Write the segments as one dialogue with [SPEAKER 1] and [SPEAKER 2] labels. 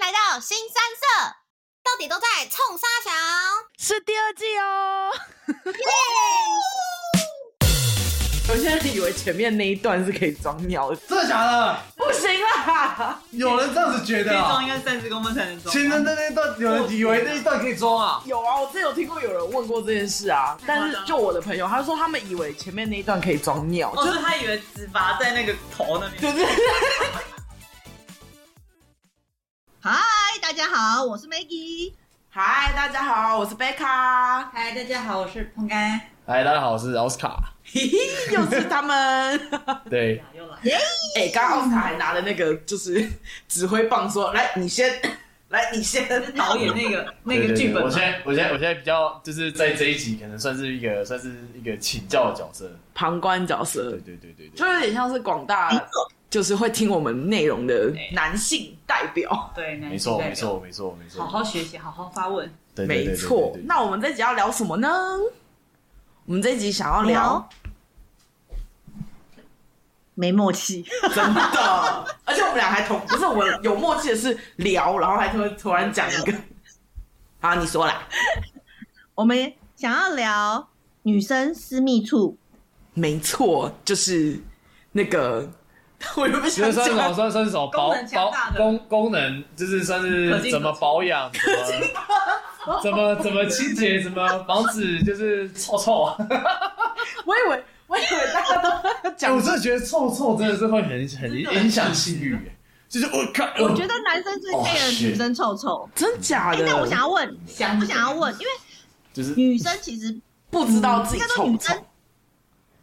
[SPEAKER 1] 来到新三社，到底都在冲沙小。
[SPEAKER 2] 是第二季哦。我现在以为前面那一段是可以装鸟的，
[SPEAKER 3] 真的假的？
[SPEAKER 2] 不行啊啦，
[SPEAKER 3] 有人这样子觉
[SPEAKER 4] 可以
[SPEAKER 3] 得
[SPEAKER 4] 装
[SPEAKER 3] 啊
[SPEAKER 4] 应？该三十公分才能装。哦
[SPEAKER 3] 前人的那一段，有人以为那一段可以装啊？
[SPEAKER 2] 有啊，我之前有听过有人问过这件事啊，但是就我的朋友，他说他们以为前面那一段可以装尿，
[SPEAKER 4] 哦，
[SPEAKER 2] 就
[SPEAKER 4] 就是他以为只拔在那个头那边。
[SPEAKER 2] 就是
[SPEAKER 1] 嗨，大家好，我是 Maggie。
[SPEAKER 2] 嗨，大家好，我是贝 卡，
[SPEAKER 1] 嗨，大家好，我是碰干。
[SPEAKER 3] 嗨，大家好，我是奥斯卡。
[SPEAKER 2] 嘿嘿，又是他们。
[SPEAKER 3] 对，
[SPEAKER 4] 又来，
[SPEAKER 2] 哎、刚刚奥斯卡还拿着那个就是指挥棒说，来你先，来你先，
[SPEAKER 4] 导演那 个那个剧本
[SPEAKER 5] 我
[SPEAKER 4] 嘛
[SPEAKER 5] 现。在我现在我现在比较就是在这一集可能算是一个算是一个请教的角色，
[SPEAKER 2] 旁观角
[SPEAKER 5] 对
[SPEAKER 2] 色，嗯
[SPEAKER 5] 对对对对
[SPEAKER 2] 就。有点像是广大就是会听我们内容的男性代表。
[SPEAKER 4] 对，男性
[SPEAKER 5] 没错，
[SPEAKER 4] 代表
[SPEAKER 5] 没，错，没错，没错。
[SPEAKER 4] 好好学习，好好发问。
[SPEAKER 5] 对，对
[SPEAKER 2] 没错，那我们这集要聊什么呢？我们这集想要聊
[SPEAKER 1] 聊没默契，
[SPEAKER 2] 真的，而且我们俩还同，不是我们有默契的是聊，然后还突突然讲一个，好，你说啦，
[SPEAKER 1] 我们想要聊女生私密处。
[SPEAKER 2] 没错，就是那个， 我又不
[SPEAKER 5] 其实
[SPEAKER 2] 想
[SPEAKER 5] 算是什么？
[SPEAKER 2] 讲，
[SPEAKER 5] 算算是什么？保
[SPEAKER 4] 功能强
[SPEAKER 5] 保
[SPEAKER 4] 大的
[SPEAKER 5] 功功能就是算
[SPEAKER 4] 可
[SPEAKER 5] 是
[SPEAKER 4] 进
[SPEAKER 5] 怎么
[SPEAKER 4] 可出
[SPEAKER 5] 保养，怎么怎么怎么清洁，怎么防止就是臭臭。
[SPEAKER 2] 我以为我以为大家都在
[SPEAKER 5] 哎，
[SPEAKER 2] 讲
[SPEAKER 5] 我真的觉得臭臭真的是会很很
[SPEAKER 4] 真的
[SPEAKER 5] 影响性欲，哎就是我看，
[SPEAKER 1] 我觉得男生最 care 的
[SPEAKER 5] shit
[SPEAKER 1] 女生臭臭。
[SPEAKER 2] 真假
[SPEAKER 1] 哎、
[SPEAKER 2] 哦的，
[SPEAKER 1] 那我想要问，我想要问，因为
[SPEAKER 5] 就是
[SPEAKER 1] 女生其实
[SPEAKER 2] 不知道自己
[SPEAKER 1] 应该说
[SPEAKER 2] 臭
[SPEAKER 1] 女
[SPEAKER 2] 不臭
[SPEAKER 1] 生，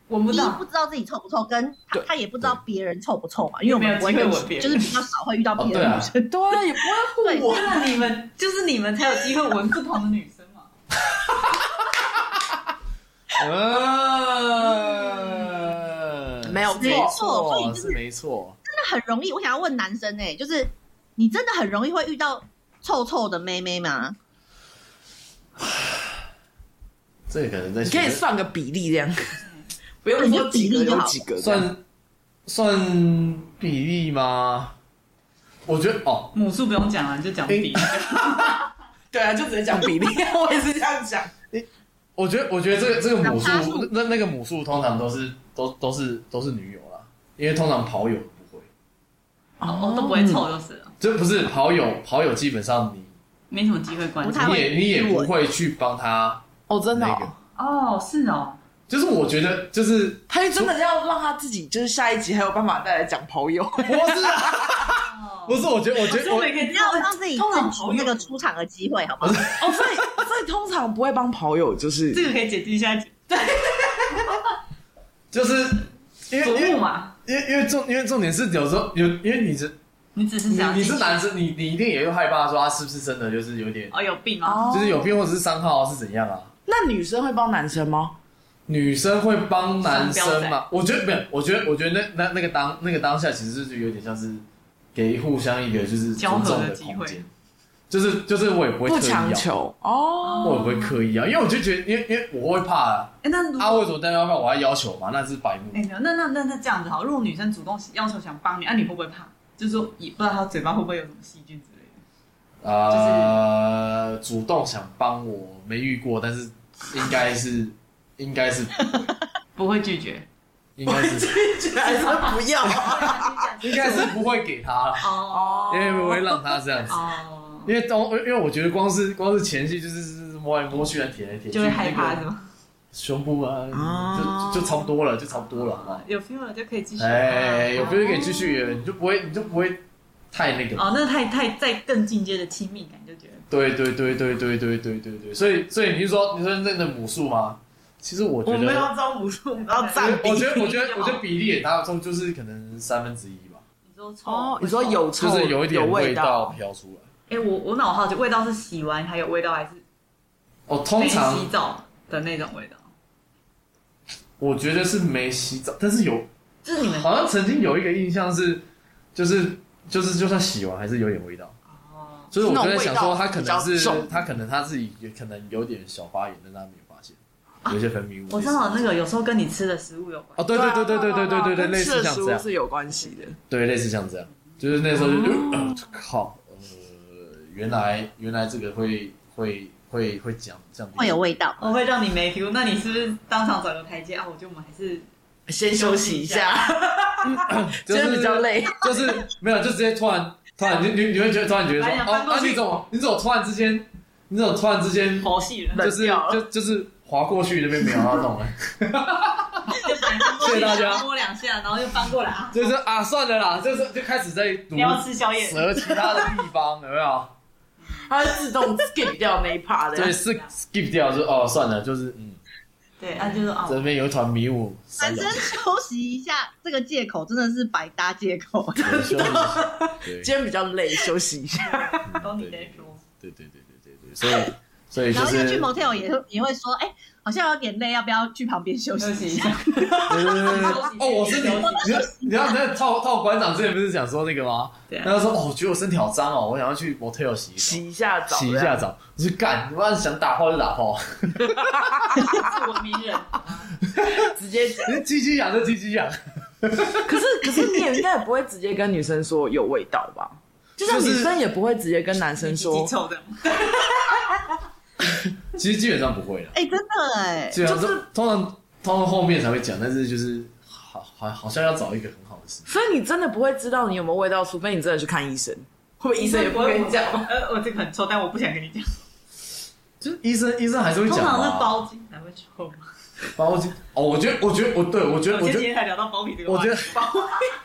[SPEAKER 4] 闻不
[SPEAKER 1] 第一
[SPEAKER 4] 到
[SPEAKER 1] 不，知道自己臭不臭，跟她
[SPEAKER 2] 对
[SPEAKER 1] 她也不知道别人臭不臭嘛，因为我
[SPEAKER 4] 没
[SPEAKER 1] 们
[SPEAKER 4] 有
[SPEAKER 1] 不会
[SPEAKER 4] 机会
[SPEAKER 1] 跟
[SPEAKER 4] 闻别人
[SPEAKER 1] 就是比较少会遇到别
[SPEAKER 5] 哦对
[SPEAKER 1] 的
[SPEAKER 5] 啊
[SPEAKER 1] 女生。
[SPEAKER 2] 对啊，也不会
[SPEAKER 1] 对
[SPEAKER 2] 护我，
[SPEAKER 4] 真的你们就是你们才有机会闻不同的女生嘛。
[SPEAKER 5] 嗯，
[SPEAKER 2] 没有
[SPEAKER 5] 啊是
[SPEAKER 2] 错
[SPEAKER 1] 所以
[SPEAKER 5] 没错，
[SPEAKER 1] 就是
[SPEAKER 5] 是没错。
[SPEAKER 1] 真的很容易，我想要问男生哎、就是你真的很容易会遇到臭臭的妹妹吗？
[SPEAKER 5] 这个可能在
[SPEAKER 2] 你可以算个比例这样，不用
[SPEAKER 1] 你就
[SPEAKER 2] 说几
[SPEAKER 1] 比
[SPEAKER 2] 个
[SPEAKER 1] 例就
[SPEAKER 2] 有
[SPEAKER 1] 好
[SPEAKER 2] 几个，
[SPEAKER 5] 算算比例吗？我觉得哦，
[SPEAKER 4] 母数不用讲了，你就讲比。哦
[SPEAKER 2] 对啊，就直接讲比例， 我也是这样讲，
[SPEAKER 5] 我觉得我觉得这个这个母
[SPEAKER 1] 哪怕数
[SPEAKER 5] 数，那那个母数通常都是都都是都是女友啦，因为通常跑友不会，
[SPEAKER 4] 哦，都不会臭就是了，
[SPEAKER 5] 这不是跑友跑友基本上你
[SPEAKER 4] 没什么机会关
[SPEAKER 1] 不
[SPEAKER 4] 注
[SPEAKER 1] 太。
[SPEAKER 5] 你
[SPEAKER 1] 会
[SPEAKER 5] 也你也不会去帮他
[SPEAKER 2] 哦，真的
[SPEAKER 5] 那
[SPEAKER 2] 哦、
[SPEAKER 5] 个，
[SPEAKER 4] 哦，是哦，
[SPEAKER 5] 就是我觉得就是
[SPEAKER 2] 他就真的要让他自己，就是下一集还有办法再来讲朋友。
[SPEAKER 5] 不是 啊，不是，我觉得我觉
[SPEAKER 4] 所以
[SPEAKER 5] 得
[SPEAKER 4] 我
[SPEAKER 5] 我
[SPEAKER 4] 们也可以
[SPEAKER 1] 不
[SPEAKER 4] 知
[SPEAKER 1] 哦要
[SPEAKER 4] 道
[SPEAKER 1] 让自己争取那个出场的机会，好 不好？
[SPEAKER 2] 哦，所以所以通常不会帮跑友，就是
[SPEAKER 4] 这个可以解析下去。
[SPEAKER 5] 就是因为
[SPEAKER 4] 服
[SPEAKER 5] 因为
[SPEAKER 4] 务嘛，
[SPEAKER 5] 因为因为重因为重点是有时候有因为你是
[SPEAKER 4] 你只是
[SPEAKER 5] 你
[SPEAKER 4] 想
[SPEAKER 5] 你是男生，你你一定也会害怕说他啊是不是真的就是有点
[SPEAKER 4] 哦，有病哦。
[SPEAKER 5] 就是有病或者是伤号是怎样啊？
[SPEAKER 2] 那女生会帮男生吗？
[SPEAKER 5] 女生会帮男
[SPEAKER 4] 双
[SPEAKER 5] 生
[SPEAKER 4] 标
[SPEAKER 5] 嘛？我觉得没有，我觉得我觉得那那那个当那个当下其实是有点像是给互相一个就是
[SPEAKER 4] 交
[SPEAKER 5] 尊
[SPEAKER 4] 合
[SPEAKER 5] 重
[SPEAKER 4] 的机
[SPEAKER 5] 空
[SPEAKER 4] 会
[SPEAKER 5] 间，就是就是我也不会
[SPEAKER 2] 不
[SPEAKER 5] 刻意
[SPEAKER 2] 强
[SPEAKER 5] 要，
[SPEAKER 2] 求哦。
[SPEAKER 5] 我也不会刻意要，啊因为我就觉得因为因为我会怕啊，
[SPEAKER 4] 哎，那如
[SPEAKER 5] 啊
[SPEAKER 4] 果
[SPEAKER 5] 为什么单方面我要要求嘛？那是白目
[SPEAKER 4] 哎，没有，那那那那这样子好，如果女生主动要求想帮你，那你会不会怕？就是说，也不知道她嘴巴会不会有什么细菌之类的。
[SPEAKER 5] 呃，主动想帮我没遇过，但是应该是应该是
[SPEAKER 4] 不会拒绝，
[SPEAKER 5] 应该是。
[SPEAKER 2] 还是不要
[SPEAKER 5] 应该是不会给他了，
[SPEAKER 4] 哦
[SPEAKER 2] 哦
[SPEAKER 5] 因为不会让他这样子。
[SPEAKER 4] 哦，
[SPEAKER 5] 因为当因为我觉得光是光是前戏就是就是摸来摸去啊，舔来舔去，
[SPEAKER 4] 就会害怕是
[SPEAKER 5] 那个
[SPEAKER 4] 吗？
[SPEAKER 5] 胸部
[SPEAKER 2] 哦
[SPEAKER 5] 啊，就就差不多了，就差不多了啊。
[SPEAKER 4] 有 feel 了就可以继续。
[SPEAKER 5] 哎，有不是可以继续了，你就不会你就不会太那个。
[SPEAKER 4] 哦，那太太再更进阶的亲密感，就觉得
[SPEAKER 5] 对对对对对对对对对，所以所以你是说你说那个母数吗？其实我觉
[SPEAKER 2] 我
[SPEAKER 5] 得
[SPEAKER 2] 们要招母数，我们要占比。
[SPEAKER 5] 我觉得我觉得我觉得比例也大，就是可能三分之一吧，
[SPEAKER 4] 你说臭
[SPEAKER 2] 哦，你说，有臭，
[SPEAKER 5] 就是有一点
[SPEAKER 2] 味
[SPEAKER 5] 道。飘出来。
[SPEAKER 4] 哎，我我脑好奇，味道是洗完还有味道，还是
[SPEAKER 5] 哦，
[SPEAKER 4] 没
[SPEAKER 5] 通常
[SPEAKER 4] 洗澡的那种味道？
[SPEAKER 5] 我觉得是没洗澡，但是有
[SPEAKER 4] 这是你们
[SPEAKER 5] 好像曾经有一个印象是，就是就是就算洗完还是有点味道，
[SPEAKER 4] 哦，
[SPEAKER 5] 所以我就在想说他可能
[SPEAKER 2] 哦那
[SPEAKER 5] 是
[SPEAKER 2] 种味道比较重
[SPEAKER 5] 他可能他自己也可能有点小发炎，但他没有发现，有一些分泌
[SPEAKER 2] 哦
[SPEAKER 5] 物。
[SPEAKER 4] 我知道那个有时候跟你吃的食物有关。
[SPEAKER 5] 哦，对对对对对对对对对，
[SPEAKER 2] 跟
[SPEAKER 5] 类
[SPEAKER 2] 啊吃
[SPEAKER 5] 似
[SPEAKER 2] 的
[SPEAKER 5] 像
[SPEAKER 2] 食
[SPEAKER 5] 这
[SPEAKER 2] 物
[SPEAKER 5] 样，
[SPEAKER 2] 是有关系的。
[SPEAKER 4] 哦
[SPEAKER 5] 对类似像这样，就是那时候就、呃靠，呃原来原来这个会会会会讲这样子
[SPEAKER 1] 会有味道。
[SPEAKER 4] 哦我会让你没 Q，那你是不是当场找个台阶啊？我觉得我们还是
[SPEAKER 2] 先休息一下，
[SPEAKER 5] 就
[SPEAKER 2] 真
[SPEAKER 5] 是
[SPEAKER 2] 的比较， 累。
[SPEAKER 5] 就是没有，就直接突然突然你你你会觉得突然觉得
[SPEAKER 4] 哎呀
[SPEAKER 5] 说哦
[SPEAKER 4] 翻，过
[SPEAKER 5] 啊
[SPEAKER 4] 去
[SPEAKER 5] 你怎么你怎么突然之间你怎么突然之间
[SPEAKER 4] 佛系 人，
[SPEAKER 5] 就是
[SPEAKER 2] 冷掉了
[SPEAKER 5] 就就是滑过去那边没有要动了，
[SPEAKER 4] 就反正
[SPEAKER 5] 谢谢大家
[SPEAKER 4] 摸两下，然后又翻过来啊，
[SPEAKER 5] 就是啊算了啦，就是就开始在读
[SPEAKER 4] 你要吃宵夜，
[SPEAKER 5] 蛇其他的地方 有没有？
[SPEAKER 2] 它会自动 skip 掉那一 part 的。
[SPEAKER 5] 对，是 skip 掉，就哦算了，就是嗯，
[SPEAKER 4] 对，他就说哦，
[SPEAKER 5] 这边有一团迷雾，
[SPEAKER 1] 男生休息一下，这个借口真的是百搭借口。
[SPEAKER 5] 对休息一下 对
[SPEAKER 2] 今天比较累，休息一 下。
[SPEAKER 5] 嗯
[SPEAKER 4] 都你
[SPEAKER 5] 对
[SPEAKER 4] 在
[SPEAKER 5] 对
[SPEAKER 4] 说，
[SPEAKER 5] 对对对对对对，所以所以 就
[SPEAKER 1] 然后
[SPEAKER 5] 是
[SPEAKER 1] 要去 motel 也会也会说，哎、好像有点累，要不要去旁边休息
[SPEAKER 4] 休息
[SPEAKER 1] 一
[SPEAKER 4] 一
[SPEAKER 1] 下？
[SPEAKER 4] 下，
[SPEAKER 5] 对对对对对哦，我身体，
[SPEAKER 4] 休息
[SPEAKER 5] 你要你要那套套馆长之前不是讲说那个吗？
[SPEAKER 4] 对啊
[SPEAKER 5] 然后说哦，我觉得我身体好脏哦，我想要去 motel 洗一洗
[SPEAKER 2] 洗一下澡，
[SPEAKER 5] 洗一下澡，我去干，我要是想打炮就打炮，
[SPEAKER 4] 是文明 人，
[SPEAKER 2] 这样，直接。
[SPEAKER 5] 鸡鸡痒就鸡鸡痒，
[SPEAKER 2] 可是 可是你也应该也不会直接跟女生说有味道吧？就像
[SPEAKER 5] 就是
[SPEAKER 2] 女生也不会直接跟男生
[SPEAKER 4] 你
[SPEAKER 2] 说
[SPEAKER 4] 臭的，
[SPEAKER 5] 其实基本上不会啦，
[SPEAKER 1] 哎、真的哎、
[SPEAKER 5] 基本上通通常通常后面才会讲，但是就是好好好像要找一个很好的事情。
[SPEAKER 2] 所以你真的不会知道你有没有味道，除非你真的去看医生。会不会医生也不
[SPEAKER 4] 会
[SPEAKER 2] 会跟你讲吗？
[SPEAKER 4] 呃，我这个很臭，但我不想跟你讲，
[SPEAKER 5] 就是医生，医生还是会
[SPEAKER 4] 通
[SPEAKER 5] 讲
[SPEAKER 4] 常是
[SPEAKER 5] 嘛
[SPEAKER 4] 包茎才会臭嘛。
[SPEAKER 5] 包茎哦，我觉得，我觉得，我对我觉得，我
[SPEAKER 4] 我前
[SPEAKER 5] 觉
[SPEAKER 4] 几
[SPEAKER 5] 得，
[SPEAKER 4] 天才聊到包皮这个
[SPEAKER 5] 我
[SPEAKER 4] 话
[SPEAKER 5] 觉
[SPEAKER 4] 题
[SPEAKER 5] 得，，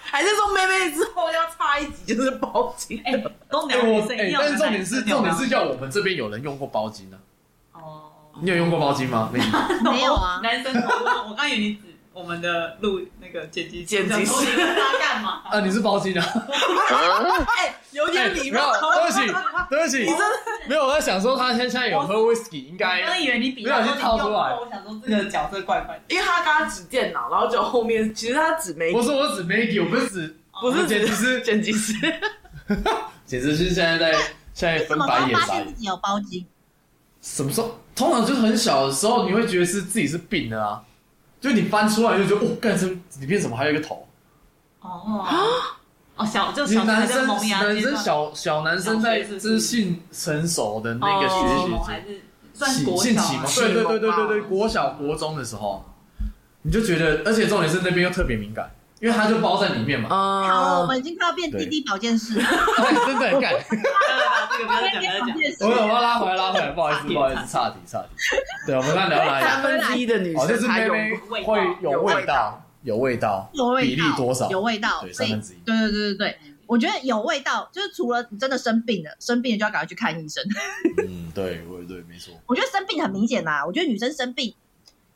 [SPEAKER 2] 还是说妹妹之后要插一集就是包茎？
[SPEAKER 4] 哎，都
[SPEAKER 5] 哎
[SPEAKER 4] 聊
[SPEAKER 5] 我
[SPEAKER 4] 女生，
[SPEAKER 5] 哎，
[SPEAKER 4] 一定要
[SPEAKER 5] 但是
[SPEAKER 4] 聊
[SPEAKER 5] 重点
[SPEAKER 4] 男
[SPEAKER 5] 是
[SPEAKER 4] 生
[SPEAKER 5] 重点
[SPEAKER 4] 聊
[SPEAKER 5] 是要我们这边有人用过包茎啊，
[SPEAKER 4] 哦，
[SPEAKER 5] 你有用过包茎吗？妹妹
[SPEAKER 1] 没有啊
[SPEAKER 4] 男生，我我刚以为你指我们的录那个剪辑
[SPEAKER 2] 剪辑师
[SPEAKER 4] 他干嘛？
[SPEAKER 5] 啊，你是包茎啊？
[SPEAKER 2] 哎，有
[SPEAKER 5] 哎
[SPEAKER 2] 点
[SPEAKER 5] 没
[SPEAKER 2] 礼
[SPEAKER 5] 有，
[SPEAKER 2] 貌。
[SPEAKER 5] 对不起，对不起
[SPEAKER 2] 你，真的
[SPEAKER 5] 没有，我在想说他现在有喝 whisky，应
[SPEAKER 4] 我刚
[SPEAKER 5] 该
[SPEAKER 4] 以为你比
[SPEAKER 5] 不小心套出来
[SPEAKER 4] 我想说这个角色怪怪的。
[SPEAKER 2] 因为他刚刚指电脑，然后就后面其实他指没
[SPEAKER 5] 我说我指 Maggie，我不是指，
[SPEAKER 2] 不是
[SPEAKER 5] 剪辑师，
[SPEAKER 2] 剪辑 师，
[SPEAKER 5] 简直是现在在现
[SPEAKER 1] 为
[SPEAKER 5] 在
[SPEAKER 1] 什
[SPEAKER 5] 翻
[SPEAKER 1] 么
[SPEAKER 5] 白
[SPEAKER 1] 刚
[SPEAKER 5] 眼
[SPEAKER 1] 发
[SPEAKER 5] 白
[SPEAKER 1] 现
[SPEAKER 5] 眼
[SPEAKER 1] 自。己有包茎？
[SPEAKER 5] 什么时候？通常就是很小的时候，你会觉得是自己是病了啊，就你翻出来就觉得，哦，干什么？里面怎么还有一个头？
[SPEAKER 4] 哦，哦，小就
[SPEAKER 5] 你
[SPEAKER 4] 小
[SPEAKER 5] 男
[SPEAKER 4] 还在
[SPEAKER 5] 生
[SPEAKER 4] 萌芽
[SPEAKER 5] 男
[SPEAKER 4] 阶段
[SPEAKER 5] 生小小男生在知性成熟的那个
[SPEAKER 2] 哦
[SPEAKER 5] 学
[SPEAKER 4] 启
[SPEAKER 5] 习
[SPEAKER 4] 蒙还
[SPEAKER 5] 阶
[SPEAKER 4] 是算
[SPEAKER 5] 期
[SPEAKER 4] 国
[SPEAKER 5] 性
[SPEAKER 4] 小
[SPEAKER 5] 启
[SPEAKER 4] 啊
[SPEAKER 5] 蒙，
[SPEAKER 2] 期
[SPEAKER 5] 对对对对
[SPEAKER 2] 启蒙吧
[SPEAKER 5] 对对，国小国中的时候，你就觉得，而且重点是那边又特别敏感，因为它就包在里面 嘛，
[SPEAKER 1] 好，我
[SPEAKER 2] 嗯，
[SPEAKER 1] 们已经快要变
[SPEAKER 5] 啊对
[SPEAKER 1] 滴滴保健室 了，
[SPEAKER 5] 哎真的很 干。
[SPEAKER 4] 啊这个不要讲，不要
[SPEAKER 1] 保
[SPEAKER 4] 讲。
[SPEAKER 1] 健室
[SPEAKER 5] 我我要拉回来拉回来，不好意思不好意思，岔题岔题。对，我们刚聊到哪
[SPEAKER 2] 三
[SPEAKER 5] 里？
[SPEAKER 2] 分之一的女
[SPEAKER 5] 哦，就是
[SPEAKER 2] 生还
[SPEAKER 5] 妹
[SPEAKER 2] 有
[SPEAKER 5] 妹会有味道，有味道，
[SPEAKER 1] 有味道，
[SPEAKER 5] 比例多少
[SPEAKER 1] 有味道，
[SPEAKER 5] 对
[SPEAKER 1] 所以
[SPEAKER 5] 三分之一
[SPEAKER 1] 对对对对对，我觉得有味道，就是除了你真的生病了，生病了就要赶快去看医生。
[SPEAKER 5] 嗯，对，我对，没错。
[SPEAKER 1] 我觉得生病很明显啦，我觉得女生生病，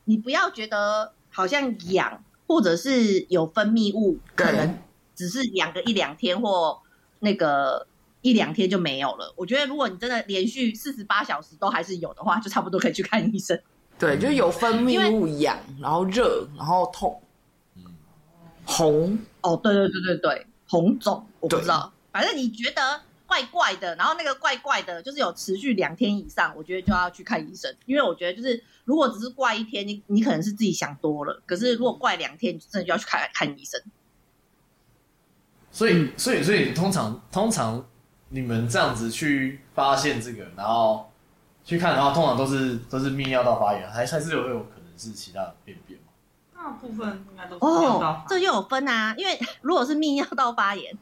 [SPEAKER 1] 你不要觉得好像痒，或者是有分泌物，
[SPEAKER 2] 对
[SPEAKER 1] 可能只是痒个一两天或那个一两天就没有了。我觉得如果你真的连续四十八小时都还是有的话，就差不多可以去看医生。
[SPEAKER 2] 对，就是有分泌物痒，然后热，然后 痛，
[SPEAKER 5] 嗯
[SPEAKER 2] 红，
[SPEAKER 1] 哦，对对对对对，红肿，我不
[SPEAKER 2] 对
[SPEAKER 1] 知道，反正你觉得。怪怪的，然后那个怪怪的，就是有持续两天以上，我觉得就要去看医生，因为我觉得就是如果只是怪一天，你你可能是自己想多了，可是如果怪两天，你真的就要去看看医生。
[SPEAKER 5] 所以，所以，所以，通常，通常你们这样子去发现这个，然后去看的话，通常都是都是泌尿道发炎，还还是有有可能是其他的便便嘛？
[SPEAKER 4] 大部分应该都是用
[SPEAKER 1] 哦
[SPEAKER 4] 到，
[SPEAKER 1] 这就有分啊，因为 如果是泌尿道发炎，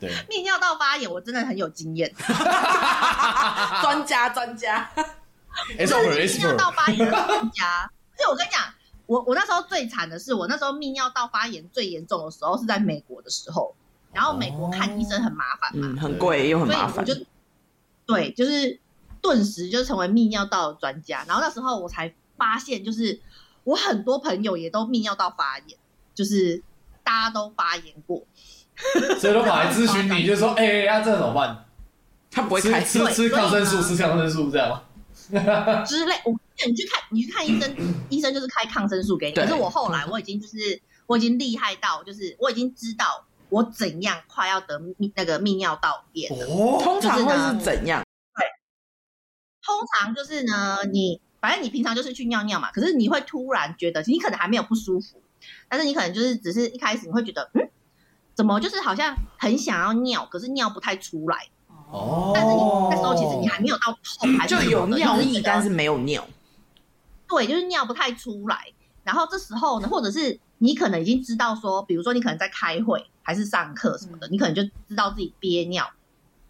[SPEAKER 5] 对，
[SPEAKER 1] 泌尿道发炎我真的很有经验。
[SPEAKER 2] 专家专家， 哎
[SPEAKER 1] 我真的
[SPEAKER 5] expert
[SPEAKER 1] 是泌尿道
[SPEAKER 5] expert，
[SPEAKER 1] 发炎的专家，而且我跟你讲，我我那时候最惨的是，我那时候泌尿道发炎最严重的时候是在美国的时候，然后美国看医生很麻烦嘛，
[SPEAKER 2] 嗯，很贵又很
[SPEAKER 1] 所以
[SPEAKER 2] 麻
[SPEAKER 1] 我
[SPEAKER 2] 烦
[SPEAKER 1] 就，对，就是顿时就成为泌尿道的专家。然后那时候我才发现，就是我很多朋友也都泌尿道发炎，就是大家都发炎过，
[SPEAKER 5] 所以都跑来咨询你，就说，哎、哎啊，这怎么办？
[SPEAKER 2] 他不会
[SPEAKER 5] 吃
[SPEAKER 2] 开心。
[SPEAKER 5] 吃吃抗生素，
[SPEAKER 1] 对所
[SPEAKER 5] 吃抗生素这样吗？
[SPEAKER 1] 之类。我跟你讲你去看，你去看医生，医生就是开抗生素给你。
[SPEAKER 2] 对嗯
[SPEAKER 1] 可是我后来我已经就是我已经厉害到，就是我已经知道我怎样快要得泌那个泌尿道炎。
[SPEAKER 5] 哦，
[SPEAKER 2] 通常会是怎样？
[SPEAKER 1] 通常就是呢，你反正你平常就是去尿尿嘛，可是你会突然觉得你可能还没有不舒服，但是你可能就是只是一开始你会觉得嗯。怎么就是好像很想要尿，可是尿不太出来。
[SPEAKER 5] 哦，
[SPEAKER 1] 但是你那时候其还没有到痛，还是
[SPEAKER 2] 哦就
[SPEAKER 1] 什
[SPEAKER 2] 有
[SPEAKER 1] 么的
[SPEAKER 2] 尿
[SPEAKER 1] 就是
[SPEAKER 2] 意，
[SPEAKER 1] 你的
[SPEAKER 2] 但是没有尿。
[SPEAKER 1] 对，就是尿不太出来。然后这时候呢，或者是你可能已经知道说，比如说你可能在开会还是上课什么的，你可能就知道自己憋尿。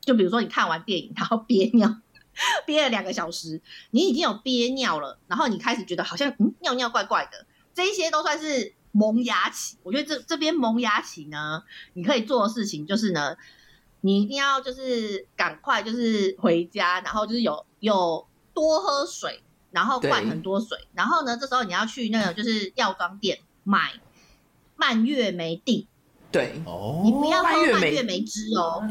[SPEAKER 1] 就比如说你看完电影，然后憋尿， 憋了两个小时，你已经有憋尿了，然后你开始觉得好像嗯尿尿怪怪的，这一些都算是萌芽期。我觉得这这边萌芽期呢，你可以做的事情就是呢，你一定要就是赶快就是回家，然后就是有有多喝水，然后灌
[SPEAKER 2] 对
[SPEAKER 1] 很多水，然后呢，这时候你要去那个就是药妆店买蔓越莓定，
[SPEAKER 2] 对，
[SPEAKER 5] 哦，
[SPEAKER 1] 你不要喝
[SPEAKER 2] 蔓越莓
[SPEAKER 1] 蔓越莓汁哦，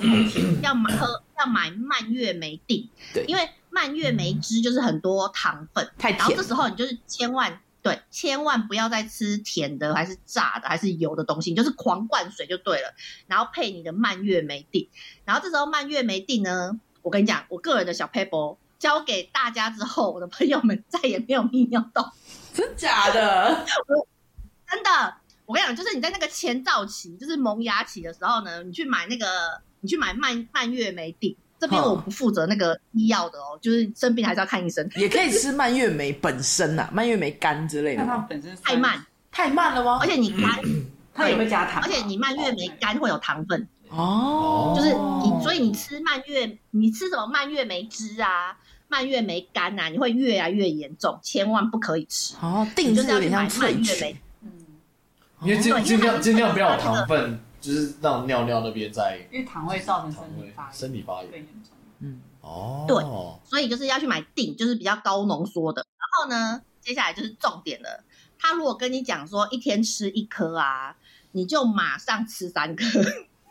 [SPEAKER 1] 要买喝要买蔓越莓定，
[SPEAKER 2] 对
[SPEAKER 1] 因为蔓越莓汁就是很多糖分，
[SPEAKER 2] 太
[SPEAKER 1] 然后
[SPEAKER 2] 甜
[SPEAKER 1] 这。时候你就是千万对，千万不要再吃甜的，还是炸的，还是油的东西，你就是狂灌水就对了，然后配你的蔓越莓定，然后这时候蔓越莓定呢，我跟你讲，我个人的小 paper 交给大家之后，我的朋友们再也没有泌尿道。
[SPEAKER 2] 真假的？
[SPEAKER 1] 真的，我跟你讲，就是你在那个前兆期，就是萌芽期的时候呢，你去买那个， 你去买蔓蔓越莓定。这边
[SPEAKER 2] 哼
[SPEAKER 1] 我不负责那个医药的哦，就是生病还是要看医生。
[SPEAKER 2] 也可以吃蔓越莓本身啊，蔓越莓干之类的
[SPEAKER 4] 看它
[SPEAKER 2] 吗。
[SPEAKER 4] 本身
[SPEAKER 1] 太慢，，
[SPEAKER 2] 太慢了吗哦
[SPEAKER 1] 而？且你干，
[SPEAKER 4] 它也会加糖，
[SPEAKER 1] 而且你蔓越莓干会有糖分，
[SPEAKER 2] 哦，
[SPEAKER 1] 就是你，所以你吃蔓越，你吃什么蔓越莓汁啊、蔓越莓干啊，你会越来越严重，千万不可以吃。
[SPEAKER 2] 哦，定
[SPEAKER 1] 你就
[SPEAKER 2] 制
[SPEAKER 1] 是要
[SPEAKER 2] 有
[SPEAKER 1] 去
[SPEAKER 2] 点
[SPEAKER 1] 买
[SPEAKER 2] 像
[SPEAKER 1] 蔓
[SPEAKER 2] 萃
[SPEAKER 1] 越莓
[SPEAKER 2] 取，
[SPEAKER 4] 嗯，
[SPEAKER 5] 因为
[SPEAKER 1] 对
[SPEAKER 5] 尽
[SPEAKER 1] 因为
[SPEAKER 5] 尽
[SPEAKER 1] 它
[SPEAKER 5] 量
[SPEAKER 1] 是
[SPEAKER 5] 尽量不要有糖分，就是让尿尿那边在
[SPEAKER 4] 因为糖会造成
[SPEAKER 5] 肠
[SPEAKER 4] 身体
[SPEAKER 5] 胃
[SPEAKER 4] 发炎，
[SPEAKER 5] 身体发炎
[SPEAKER 4] 更严重。
[SPEAKER 2] 嗯，
[SPEAKER 5] 哦，
[SPEAKER 1] 对所以就是要去买定，就是比较高浓缩的。然后呢，接下来就是重点了。他如果跟你讲说一天吃一颗啊，你就马上吃三颗。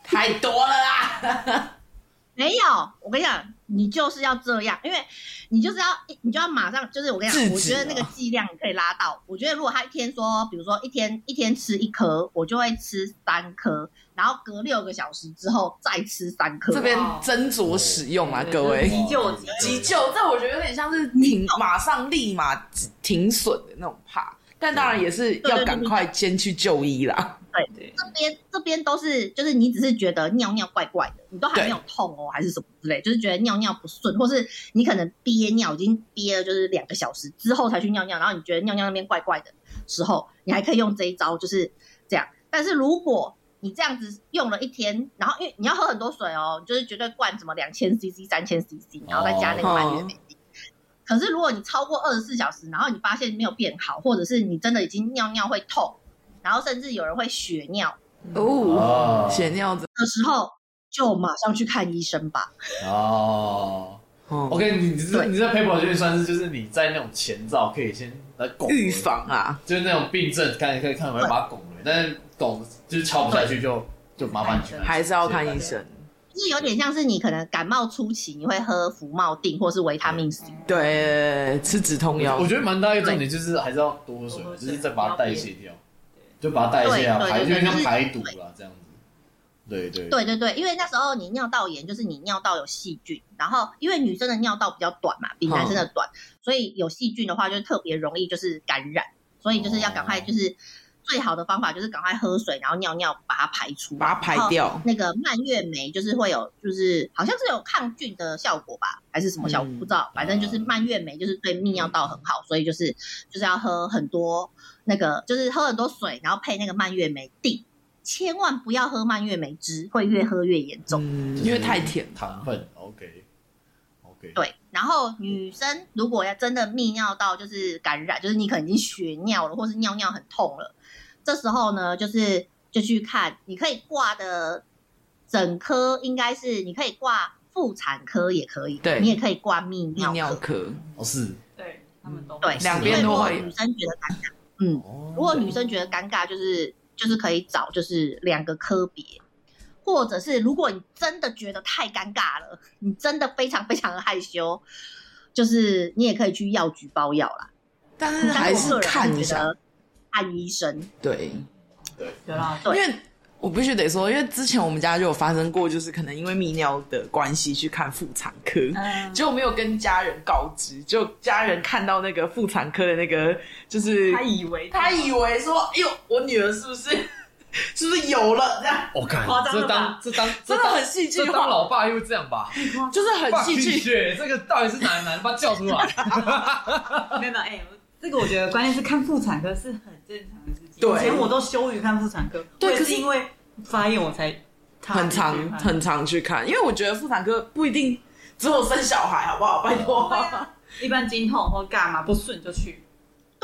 [SPEAKER 2] 太多了啦。
[SPEAKER 1] 没有，我跟你讲，你就是要这样，因为你就是要，你就要马上，就是我跟你
[SPEAKER 2] 制
[SPEAKER 1] 讲，
[SPEAKER 2] 止
[SPEAKER 1] 我觉得那个剂量你可以拉到。我觉得如果他一天说，比如说一天一天吃一颗，我就会吃三颗，然后隔六个小时之后再吃三颗。
[SPEAKER 2] 这边斟酌使用啊，各位。
[SPEAKER 4] 急救急
[SPEAKER 2] 急救，这我觉得有点像是停，马上立马停损的那种怕，但当然也是要赶快先去就医啦。
[SPEAKER 4] 对，
[SPEAKER 1] 这边这边都是，就是你只是觉得尿尿怪怪的，你都还没有痛哦，还是什么之类，就是觉得尿尿不顺，或是你可能憋尿已经憋了就是两个小时之后才去尿尿，然后你觉得尿尿那边怪怪的时候，你还可以用这一招，就是这样。但是如果你这样子用了一天，然后因为你要喝很多水哦，你就是绝对灌什么两千 CC、三千 CC，然后再加那个蔓越莓。可是如果你超过二十四小时，然后你发现没有变好，或者是你真的已经尿尿会痛，然后甚至有人会血尿。
[SPEAKER 2] 哦，
[SPEAKER 5] 哦，
[SPEAKER 2] 血尿的
[SPEAKER 1] 的时候，就马上去看医生吧。
[SPEAKER 5] 哦。
[SPEAKER 2] 哦，
[SPEAKER 5] OK，你这
[SPEAKER 1] 对
[SPEAKER 5] 你这 paper 就算是就是你在那种前兆可以先来拱了
[SPEAKER 2] 预，防啊，
[SPEAKER 5] 就是那种病症，看可以看有没有把它拱了，但是拱就是敲不下去就就麻烦你去看医生
[SPEAKER 2] 还是要看医生。
[SPEAKER 1] 就是有点像是你可能感冒初期，你会喝福茂定或是维他命 C，
[SPEAKER 2] 对，吃止痛药
[SPEAKER 5] 我。觉得蛮大一个重点就是还是要多喝水
[SPEAKER 4] 多，喝
[SPEAKER 5] 就
[SPEAKER 4] 水
[SPEAKER 5] 是再把它代谢掉，就把它代谢啊，
[SPEAKER 1] 对对
[SPEAKER 5] 排
[SPEAKER 1] 对
[SPEAKER 5] 就
[SPEAKER 1] 对
[SPEAKER 5] 像
[SPEAKER 1] 就是
[SPEAKER 5] 排毒啦这样子。对对
[SPEAKER 1] 对对对，因为那时候你尿道炎就是你尿道有细菌，然后因为女生的尿道比较短嘛，比男生的短，所以有细菌的话就特别容易就是感染，所以就是要赶快就是。最好的方法就是赶快喝水，然后尿尿把它排出，哦
[SPEAKER 2] 把它排
[SPEAKER 1] 然后
[SPEAKER 2] 掉
[SPEAKER 1] 那个蔓越莓就是会有，就是好像是有抗菌的效果吧，还是什么效果、
[SPEAKER 2] 嗯
[SPEAKER 1] 不知道。反正就是蔓越莓就是对泌尿道很好，所以就是就是要喝很多那个，就是喝很多水，然后配那个蔓越莓定。千万不要喝蔓越莓汁，会越喝越严重。
[SPEAKER 2] 嗯，
[SPEAKER 5] 就是
[SPEAKER 2] 因为太甜了。
[SPEAKER 5] 糖分，OK OK，
[SPEAKER 1] 对，然后女生如果要真的泌尿道就是感染，就是你可能已经血尿了，或是尿尿很痛了，这时候呢，就是就去看，你可以挂的整科应该是你可以挂妇产科也可以，
[SPEAKER 2] 对
[SPEAKER 1] 你也可以挂泌
[SPEAKER 2] 泌
[SPEAKER 1] 尿
[SPEAKER 2] 尿
[SPEAKER 1] 科，
[SPEAKER 2] 科，
[SPEAKER 5] 哦是，
[SPEAKER 4] 对他们都
[SPEAKER 1] 对，
[SPEAKER 2] 两
[SPEAKER 1] 因
[SPEAKER 2] 边
[SPEAKER 1] 为
[SPEAKER 2] 都
[SPEAKER 1] 如果
[SPEAKER 2] 会有
[SPEAKER 1] 女生觉得尴尬，嗯，
[SPEAKER 5] 哦
[SPEAKER 1] 如果女生觉得尴尬，就是就是可以找就是两个科别，或者是如果你真的觉得太尴尬了，你真的非常非常的害羞，就是你也可以去药局包药啦。
[SPEAKER 2] 但是还
[SPEAKER 1] 但
[SPEAKER 2] 是
[SPEAKER 1] 我个人
[SPEAKER 2] 看一
[SPEAKER 1] 觉
[SPEAKER 2] 下。
[SPEAKER 1] 得看医生，
[SPEAKER 2] 对，
[SPEAKER 4] 有啦，
[SPEAKER 1] 对
[SPEAKER 2] 因为我必须得说，因为之前我们家就有发生过，就是可能因为泌尿的关系去看妇产科，
[SPEAKER 4] 嗯，
[SPEAKER 2] 结果没有跟家人告知，就家人看到那个妇产科的那个，就是
[SPEAKER 4] 他以为
[SPEAKER 2] 他以为说，哎呦，我女儿是不是 是不是有了这样？
[SPEAKER 5] 我看
[SPEAKER 4] 夸张
[SPEAKER 5] 哦这
[SPEAKER 4] 了吧
[SPEAKER 5] 当这当这
[SPEAKER 2] 真的
[SPEAKER 5] 当
[SPEAKER 2] 很戏剧
[SPEAKER 5] 这当
[SPEAKER 2] 化，
[SPEAKER 5] 老爸又这样吧？
[SPEAKER 2] 就是很戏剧。
[SPEAKER 5] 血，这个到底是哪男把他叫出来？
[SPEAKER 4] 没有没有，哎、我这个我觉得关键是看妇产科是很正常的事情。
[SPEAKER 2] 对
[SPEAKER 4] 以前我都羞于看妇产科，
[SPEAKER 2] 对
[SPEAKER 4] 我也
[SPEAKER 2] 可
[SPEAKER 4] 是
[SPEAKER 2] 是
[SPEAKER 4] 因为发炎我才踏
[SPEAKER 2] 很
[SPEAKER 4] 进去看
[SPEAKER 2] 常很常去看，因为我觉得妇产科不一定只有生小孩，好不好？拜托，
[SPEAKER 4] 对啊 一般经痛或干嘛不顺就去。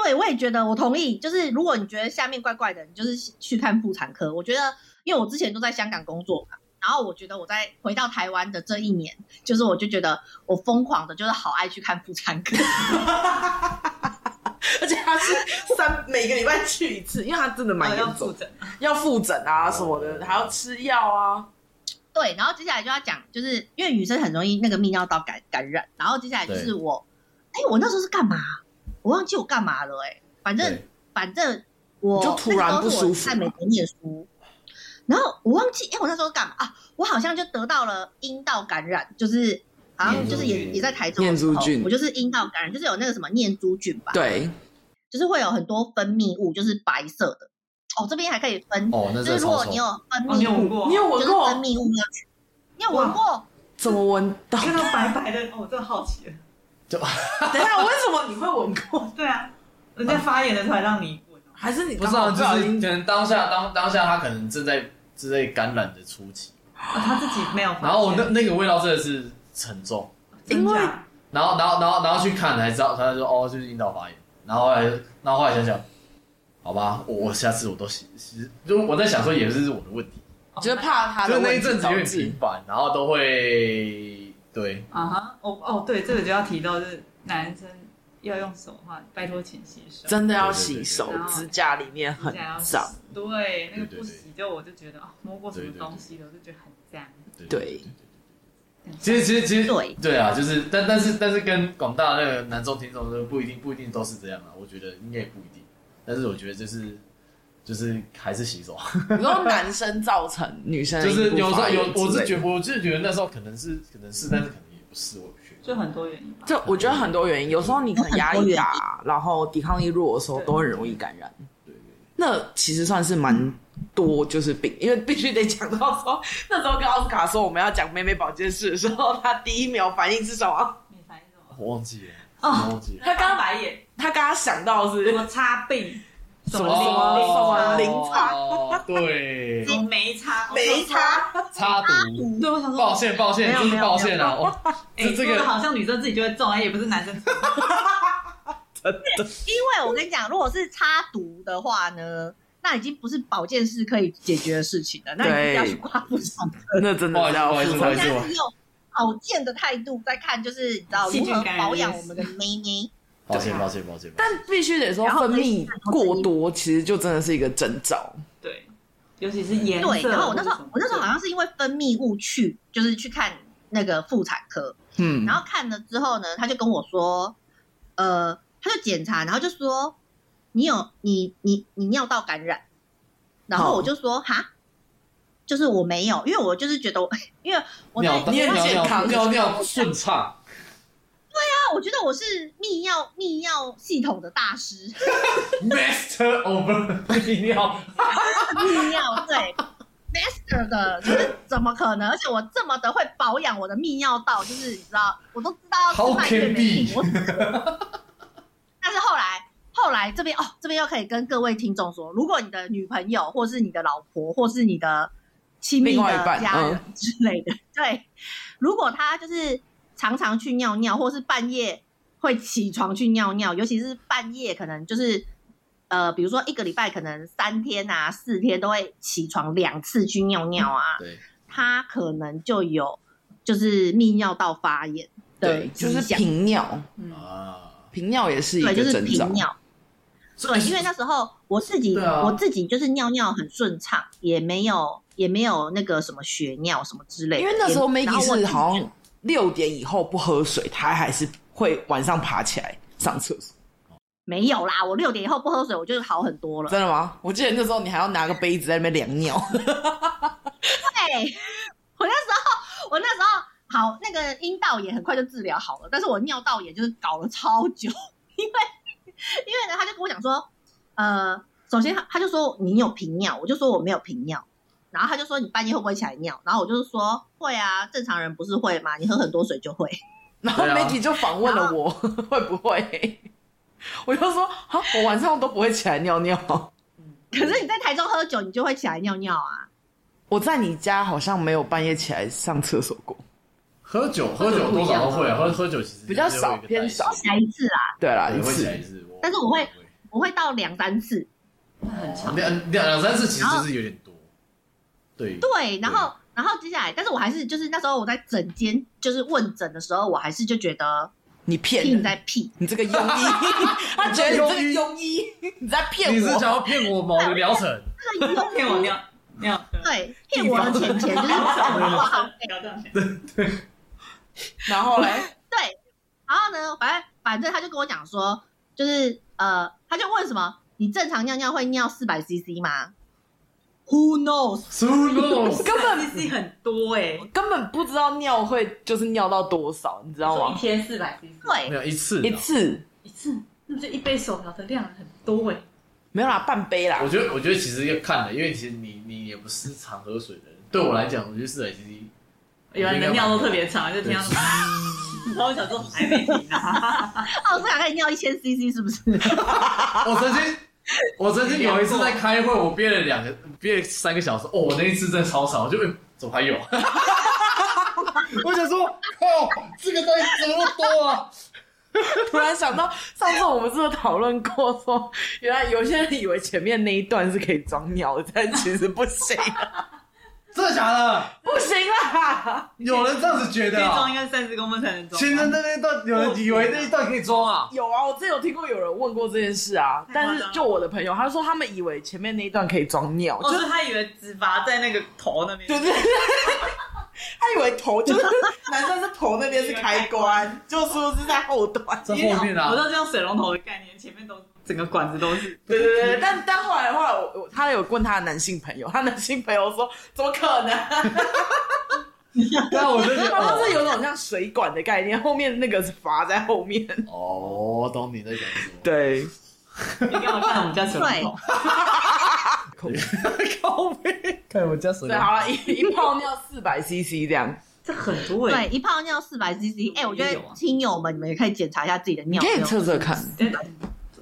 [SPEAKER 1] 对，我也觉得，我同意。就是如果你觉得下面怪怪的，你就是去看妇产科。我觉得，因为我之前都在香港工作嘛，然后我觉得我在回到台湾的这一年，就是我就觉得我疯狂的，就是好爱去看妇产科。
[SPEAKER 2] 而且他是三每个礼拜去一次，因为他真的蛮
[SPEAKER 4] 呃要
[SPEAKER 2] 严
[SPEAKER 4] 复
[SPEAKER 2] 重，
[SPEAKER 4] 诊，
[SPEAKER 2] 哦要复诊啊什么的，还要吃药啊。
[SPEAKER 1] 对，然后接下来就要讲，就是因为女生很容易那个泌尿道感感染，然后接下来就是
[SPEAKER 5] 对
[SPEAKER 1] 我，哎，我那时候是干嘛？我忘记我干嘛了、哎，反正
[SPEAKER 5] 对
[SPEAKER 1] 反正我
[SPEAKER 2] 你就突然
[SPEAKER 1] 那个时候是我
[SPEAKER 2] 不舒服
[SPEAKER 1] 在美国念书，然后我忘记，哎，我那时候干嘛啊？我好像就得到了阴道感染，就是好像就是
[SPEAKER 5] 念
[SPEAKER 1] 也
[SPEAKER 5] 珠菌
[SPEAKER 1] 也在台中的
[SPEAKER 2] 念
[SPEAKER 1] 时候
[SPEAKER 2] 珠菌
[SPEAKER 1] 我就是阴道感染，就是有那个什么念珠菌吧，，
[SPEAKER 2] 对，
[SPEAKER 1] 就是会有很多分泌物，就是白色的。哦，这边还可以分，
[SPEAKER 5] 哦，那
[SPEAKER 1] 就
[SPEAKER 5] 真
[SPEAKER 1] 是
[SPEAKER 5] 的
[SPEAKER 1] 如
[SPEAKER 5] 超
[SPEAKER 1] 果
[SPEAKER 5] 丑
[SPEAKER 1] 你。有分
[SPEAKER 4] 哦，你有
[SPEAKER 1] 泌
[SPEAKER 4] 闻
[SPEAKER 1] 物，
[SPEAKER 4] 过？
[SPEAKER 2] 你有
[SPEAKER 1] 就
[SPEAKER 2] 闻
[SPEAKER 1] 是
[SPEAKER 2] 过
[SPEAKER 1] 分？泌物要去，你有闻
[SPEAKER 4] 哇
[SPEAKER 1] 过？
[SPEAKER 2] 怎么闻到？
[SPEAKER 4] 看到白白的，哦，我真的好奇了。
[SPEAKER 2] 等一 下，为什么你会闻过？
[SPEAKER 4] 对啊，人家发炎了才让你 闻哦。
[SPEAKER 2] 还是你
[SPEAKER 5] 不是啊，
[SPEAKER 2] 刚好
[SPEAKER 5] 就
[SPEAKER 2] 小
[SPEAKER 5] 是
[SPEAKER 2] 心
[SPEAKER 5] 可能当下当当下他可能正在正在感染的初期，
[SPEAKER 4] 哦他自己没有发现。
[SPEAKER 5] 然后那那个味道真的是沉重，
[SPEAKER 4] 真假
[SPEAKER 2] 因为
[SPEAKER 5] 然后然后然后然后去看才知道，他就说哦就是阴道发炎，然后后来然后后来想想，好吧，我我下次我都其实就我在想说也是我的问题，
[SPEAKER 4] 哦
[SPEAKER 2] 就是怕他
[SPEAKER 5] 就
[SPEAKER 2] 的
[SPEAKER 5] 那
[SPEAKER 2] 问
[SPEAKER 5] 一阵
[SPEAKER 2] 题
[SPEAKER 5] 子
[SPEAKER 2] 导
[SPEAKER 5] 有点
[SPEAKER 2] 致
[SPEAKER 5] 频。繁，然后都会对
[SPEAKER 4] 啊哈，哦哦，对，这个就要提到，就是男生要用手的话，拜托请洗手，
[SPEAKER 2] 真的要洗手
[SPEAKER 4] 对对，对
[SPEAKER 2] 指甲里面很
[SPEAKER 4] 指甲要洗
[SPEAKER 2] 脏。
[SPEAKER 4] 对，那
[SPEAKER 5] 对
[SPEAKER 4] 个
[SPEAKER 5] 对
[SPEAKER 4] 不洗就我就觉得哦，摸过什么
[SPEAKER 5] 对对对
[SPEAKER 4] 东西的，我就觉得很脏。
[SPEAKER 2] 对，
[SPEAKER 5] 其实其实其实
[SPEAKER 1] 对
[SPEAKER 5] 对啊，就是但但是但是跟广大那个男众听众都不一定不一定都是这样啊，我觉得应该也不一定，但是我觉得就是就是还是洗手，
[SPEAKER 2] 你说男生造成女生的
[SPEAKER 5] 就
[SPEAKER 2] 阴
[SPEAKER 5] 是
[SPEAKER 2] 部
[SPEAKER 5] 有时候
[SPEAKER 2] 发炎
[SPEAKER 5] 有
[SPEAKER 2] 之
[SPEAKER 5] 我
[SPEAKER 2] 类
[SPEAKER 5] 是
[SPEAKER 2] 的
[SPEAKER 5] 觉我就是觉得那时候可能是可能是，但是可能也不是，我也不确定。
[SPEAKER 4] 就很多原因吧。
[SPEAKER 2] 这我觉得很多原因，有时候你可能压力大，然后抵抗力弱的时候，
[SPEAKER 4] 对
[SPEAKER 2] 都很容易感染。
[SPEAKER 5] 对对
[SPEAKER 2] 那其实算是蛮多，就是病，因为必须得讲到说，那时候跟奥斯卡说我们要讲妹妹保健室的时候，他第一秒反应是什么？
[SPEAKER 4] 你反应什么？
[SPEAKER 5] 对，我忘记了，我
[SPEAKER 4] 哦
[SPEAKER 5] 忘记了。
[SPEAKER 4] 他刚白眼，
[SPEAKER 2] 他刚刚想到是
[SPEAKER 4] 什么擦病，什
[SPEAKER 2] 零
[SPEAKER 4] 零
[SPEAKER 2] 什么零差
[SPEAKER 5] 哦 对
[SPEAKER 4] 什，么没擦，
[SPEAKER 2] 没擦，
[SPEAKER 5] 插毒，
[SPEAKER 4] 对，我想说，
[SPEAKER 5] 抱歉抱歉，
[SPEAKER 1] 没有
[SPEAKER 5] 就是
[SPEAKER 1] 没有
[SPEAKER 5] 抱歉啊，
[SPEAKER 1] 没有
[SPEAKER 5] 哦，
[SPEAKER 4] 哎，
[SPEAKER 5] 这这
[SPEAKER 4] 说得
[SPEAKER 5] 个
[SPEAKER 4] 好像女生自己就会中，哎，也不是男生。
[SPEAKER 1] 因为我跟你讲，如果是插毒的话呢，那已经不是保健室可以解决的事情了，那你一定要去挂妇产科。
[SPEAKER 2] 那真的要
[SPEAKER 5] 不好意思
[SPEAKER 2] 负
[SPEAKER 5] 不好
[SPEAKER 1] 我
[SPEAKER 5] 意
[SPEAKER 1] 们
[SPEAKER 2] 责。
[SPEAKER 5] 思
[SPEAKER 1] 现在是用保健的态度在看，就是你知道
[SPEAKER 4] 细
[SPEAKER 1] 如
[SPEAKER 4] 菌
[SPEAKER 1] 何
[SPEAKER 4] 感染
[SPEAKER 1] 保
[SPEAKER 4] 也
[SPEAKER 1] 养
[SPEAKER 4] 是
[SPEAKER 1] 我们的妹妹。
[SPEAKER 5] 抱歉抱歉抱歉，
[SPEAKER 2] 但必须得说，分泌过多其实就真的是一个征兆。
[SPEAKER 4] 对，尤其是颜色。
[SPEAKER 1] 对，然后我那时候我
[SPEAKER 4] 或者什么
[SPEAKER 1] 那时候好像是因为分泌物去，就是去看那个妇产科，
[SPEAKER 2] 嗯，
[SPEAKER 1] 然后看了之后呢，他就跟我说，呃，他就检查，然后就说你有你你你尿道感染，然后
[SPEAKER 2] 哦
[SPEAKER 1] 我就说哈，就是我没有，因为我就是觉得 我，因为我在
[SPEAKER 5] 尿道
[SPEAKER 2] 你
[SPEAKER 5] 尿
[SPEAKER 2] 很健
[SPEAKER 5] 尿
[SPEAKER 2] 康
[SPEAKER 5] 尿尿顺畅。
[SPEAKER 1] 那啊我觉得我是泌尿泌尿系统的大师，
[SPEAKER 5] Master over 泌 尿，
[SPEAKER 1] 泌尿对 master 的，就是怎么可能？而且我这么的会保养我的泌尿道，就是你知道，我都知道要吃
[SPEAKER 5] How
[SPEAKER 1] 蔓
[SPEAKER 5] can
[SPEAKER 1] 越莓品，我但是后来。后来这边哦，这边又可以跟各位听众说，如果你的女朋友，或是你的老婆，或是你的亲密
[SPEAKER 2] 另外一
[SPEAKER 1] 的
[SPEAKER 2] 半嗯
[SPEAKER 1] 家人之类的，对，如果她就是常常去尿尿，或是半夜会起床去尿尿，尤其是半夜，可能就是呃，比如说一个礼拜可能三天啊、四天都会起床两次去尿尿啊，
[SPEAKER 5] 对，
[SPEAKER 1] 他可能就有就是泌尿道发炎的
[SPEAKER 2] 对，就
[SPEAKER 1] 迹
[SPEAKER 2] 是
[SPEAKER 1] 象，
[SPEAKER 2] 频尿，
[SPEAKER 4] 嗯，
[SPEAKER 5] 啊，
[SPEAKER 2] 频尿也是一
[SPEAKER 1] 对，就
[SPEAKER 2] 个
[SPEAKER 1] 是
[SPEAKER 2] 征兆
[SPEAKER 1] 频。尿。
[SPEAKER 5] 所
[SPEAKER 1] 对，因为那时候我自己、
[SPEAKER 5] 对啊
[SPEAKER 1] 我自己就是尿尿很顺畅，也没有也没有那个什么血尿什么之类的。
[SPEAKER 2] 因为那时候
[SPEAKER 1] 也然
[SPEAKER 2] Maggie
[SPEAKER 1] 后我
[SPEAKER 2] 是好像六点以后不喝水，她还是会晚上爬起来上厕所。
[SPEAKER 1] 没有啦，我六点以后不喝水，我就是好很多了。
[SPEAKER 2] 真的吗？啊我记得那时候你还要拿个杯子在那边量尿。
[SPEAKER 1] 对， 我那时候我那时候好，那个阴道也很快就治疗好了，但是我尿 道也就是搞了超久，因为因为呢，他就跟我讲说，呃，首先他他就说你有频尿，我就说我没有频尿，然后他就说你半夜会不会起来尿，然后我就说会啊，正常人不是会吗？你喝很多水就会。
[SPEAKER 2] 然后
[SPEAKER 5] 对啊
[SPEAKER 2] Maggie 就访问了我 会不会，我就说啊，我晚上都不会起来尿尿。
[SPEAKER 1] 可是你在台中喝酒，你就会起来尿尿啊。
[SPEAKER 2] 我在你家好像没有半夜起来上厕所过。
[SPEAKER 5] 喝酒喝酒多少都会啊，喝喝酒其实
[SPEAKER 2] 比较少
[SPEAKER 5] 就是会有
[SPEAKER 2] 偏
[SPEAKER 5] 一个代谢
[SPEAKER 2] 少
[SPEAKER 1] 起来一次啊，
[SPEAKER 2] 对啦，
[SPEAKER 5] 对
[SPEAKER 2] 一
[SPEAKER 5] 会起来
[SPEAKER 2] 次
[SPEAKER 5] 一次，
[SPEAKER 1] 但是我会我会到两三次。
[SPEAKER 4] 那很长。
[SPEAKER 5] 两两两三次其实就是有点多，对
[SPEAKER 1] 对，然后然后接下来，但是我还是就是那时候我在诊间就是问诊的时候，我还是就觉得
[SPEAKER 2] 你骗
[SPEAKER 1] 屁你
[SPEAKER 2] 人，
[SPEAKER 1] 在屁，
[SPEAKER 2] 你这个庸 医，他觉得你这个庸医，你在骗
[SPEAKER 5] 你是想
[SPEAKER 2] 我。
[SPEAKER 5] 要骗我某个疗 程？
[SPEAKER 1] 这个用
[SPEAKER 4] 骗我尿尿，
[SPEAKER 1] 对骗我的钱钱就是挂号费。
[SPEAKER 4] 不要这样想
[SPEAKER 2] 然后嘞，
[SPEAKER 1] 对，然后呢，反正反正他就跟我讲说，就是呃，他就问什么，你正常尿尿会尿四百 CC 吗？Who knows？
[SPEAKER 5] Who knows？
[SPEAKER 2] 根本
[SPEAKER 4] ，CC 很多哎，
[SPEAKER 2] 根本不知道尿会就是尿到多少，你知道
[SPEAKER 4] 说一
[SPEAKER 5] 啊
[SPEAKER 2] 吗？
[SPEAKER 4] 天四百 CC，，
[SPEAKER 5] 没
[SPEAKER 1] 对，
[SPEAKER 5] 有一次
[SPEAKER 2] 一
[SPEAKER 5] 啊，
[SPEAKER 2] 次
[SPEAKER 4] 一次那不就一杯手摇的量很多哎，
[SPEAKER 2] 没有啦，半杯啦
[SPEAKER 5] 我。觉得我觉得其实要看的，因为其实你你也不是常喝水的人。对我来讲，我觉得四百 CC
[SPEAKER 4] 有人的尿都特别 长，就听到， 然后我想说还没停啊，
[SPEAKER 1] 哦，是想跟你尿一千 CC 是不是？
[SPEAKER 5] 我曾经，我曾经有一次在开会，我憋了两个，憋了三个小时。哦，我那一次真的超少，我就、欸、怎么还有？ 我想说，靠，这个东西怎么那么多啊？
[SPEAKER 2] 突然想到，上次我们是不是讨论过说，原来有些人以为前面那一段是可以装尿的，但其实不行，
[SPEAKER 5] 真的假的？
[SPEAKER 2] 不行啦。
[SPEAKER 5] 有人这样子觉
[SPEAKER 4] 可以
[SPEAKER 5] 得
[SPEAKER 4] 装
[SPEAKER 5] 啊
[SPEAKER 4] 应？该三十公分才能装。
[SPEAKER 5] 前人那那段有人以为那一段可以装啊？
[SPEAKER 2] 有啊，我之前有听过有人问过这件事啊，
[SPEAKER 4] 太夸张
[SPEAKER 2] 但
[SPEAKER 4] 了
[SPEAKER 2] 是就我的朋友，他说他们以为前面那一段可以装尿，
[SPEAKER 4] 哦，
[SPEAKER 2] 就是
[SPEAKER 4] 他以为只拔在那个头那边，
[SPEAKER 2] 对对 对，他以为头就是男生是头那边是开关，就是不是在后端。
[SPEAKER 5] 在后面
[SPEAKER 4] 我知
[SPEAKER 5] 啊？
[SPEAKER 4] 道这样水龙头的概念，前面都整个管子都是。
[SPEAKER 2] 对对对，但但后来后来我我他有问他的男性朋友，他男性朋友说怎么可能？
[SPEAKER 5] 但我就觉得，
[SPEAKER 2] 好像
[SPEAKER 5] 哦
[SPEAKER 2] 是有种像水管的概念，后面那个是阀在后面。
[SPEAKER 5] 哦，我懂你在讲什么。
[SPEAKER 2] 对，
[SPEAKER 4] 你给我看我们家水龙头，
[SPEAKER 5] 靠背，看我家 手
[SPEAKER 2] 对，好了，一一泡尿四百 CC 这 样，
[SPEAKER 4] 这很多
[SPEAKER 1] 对，
[SPEAKER 4] 哎。
[SPEAKER 1] 一泡尿四百 CC。哎，我觉
[SPEAKER 4] 也
[SPEAKER 1] 得
[SPEAKER 4] 有啊
[SPEAKER 1] 亲友们，你们也可以检查一下自己的尿有没有
[SPEAKER 2] 测看。
[SPEAKER 4] 对，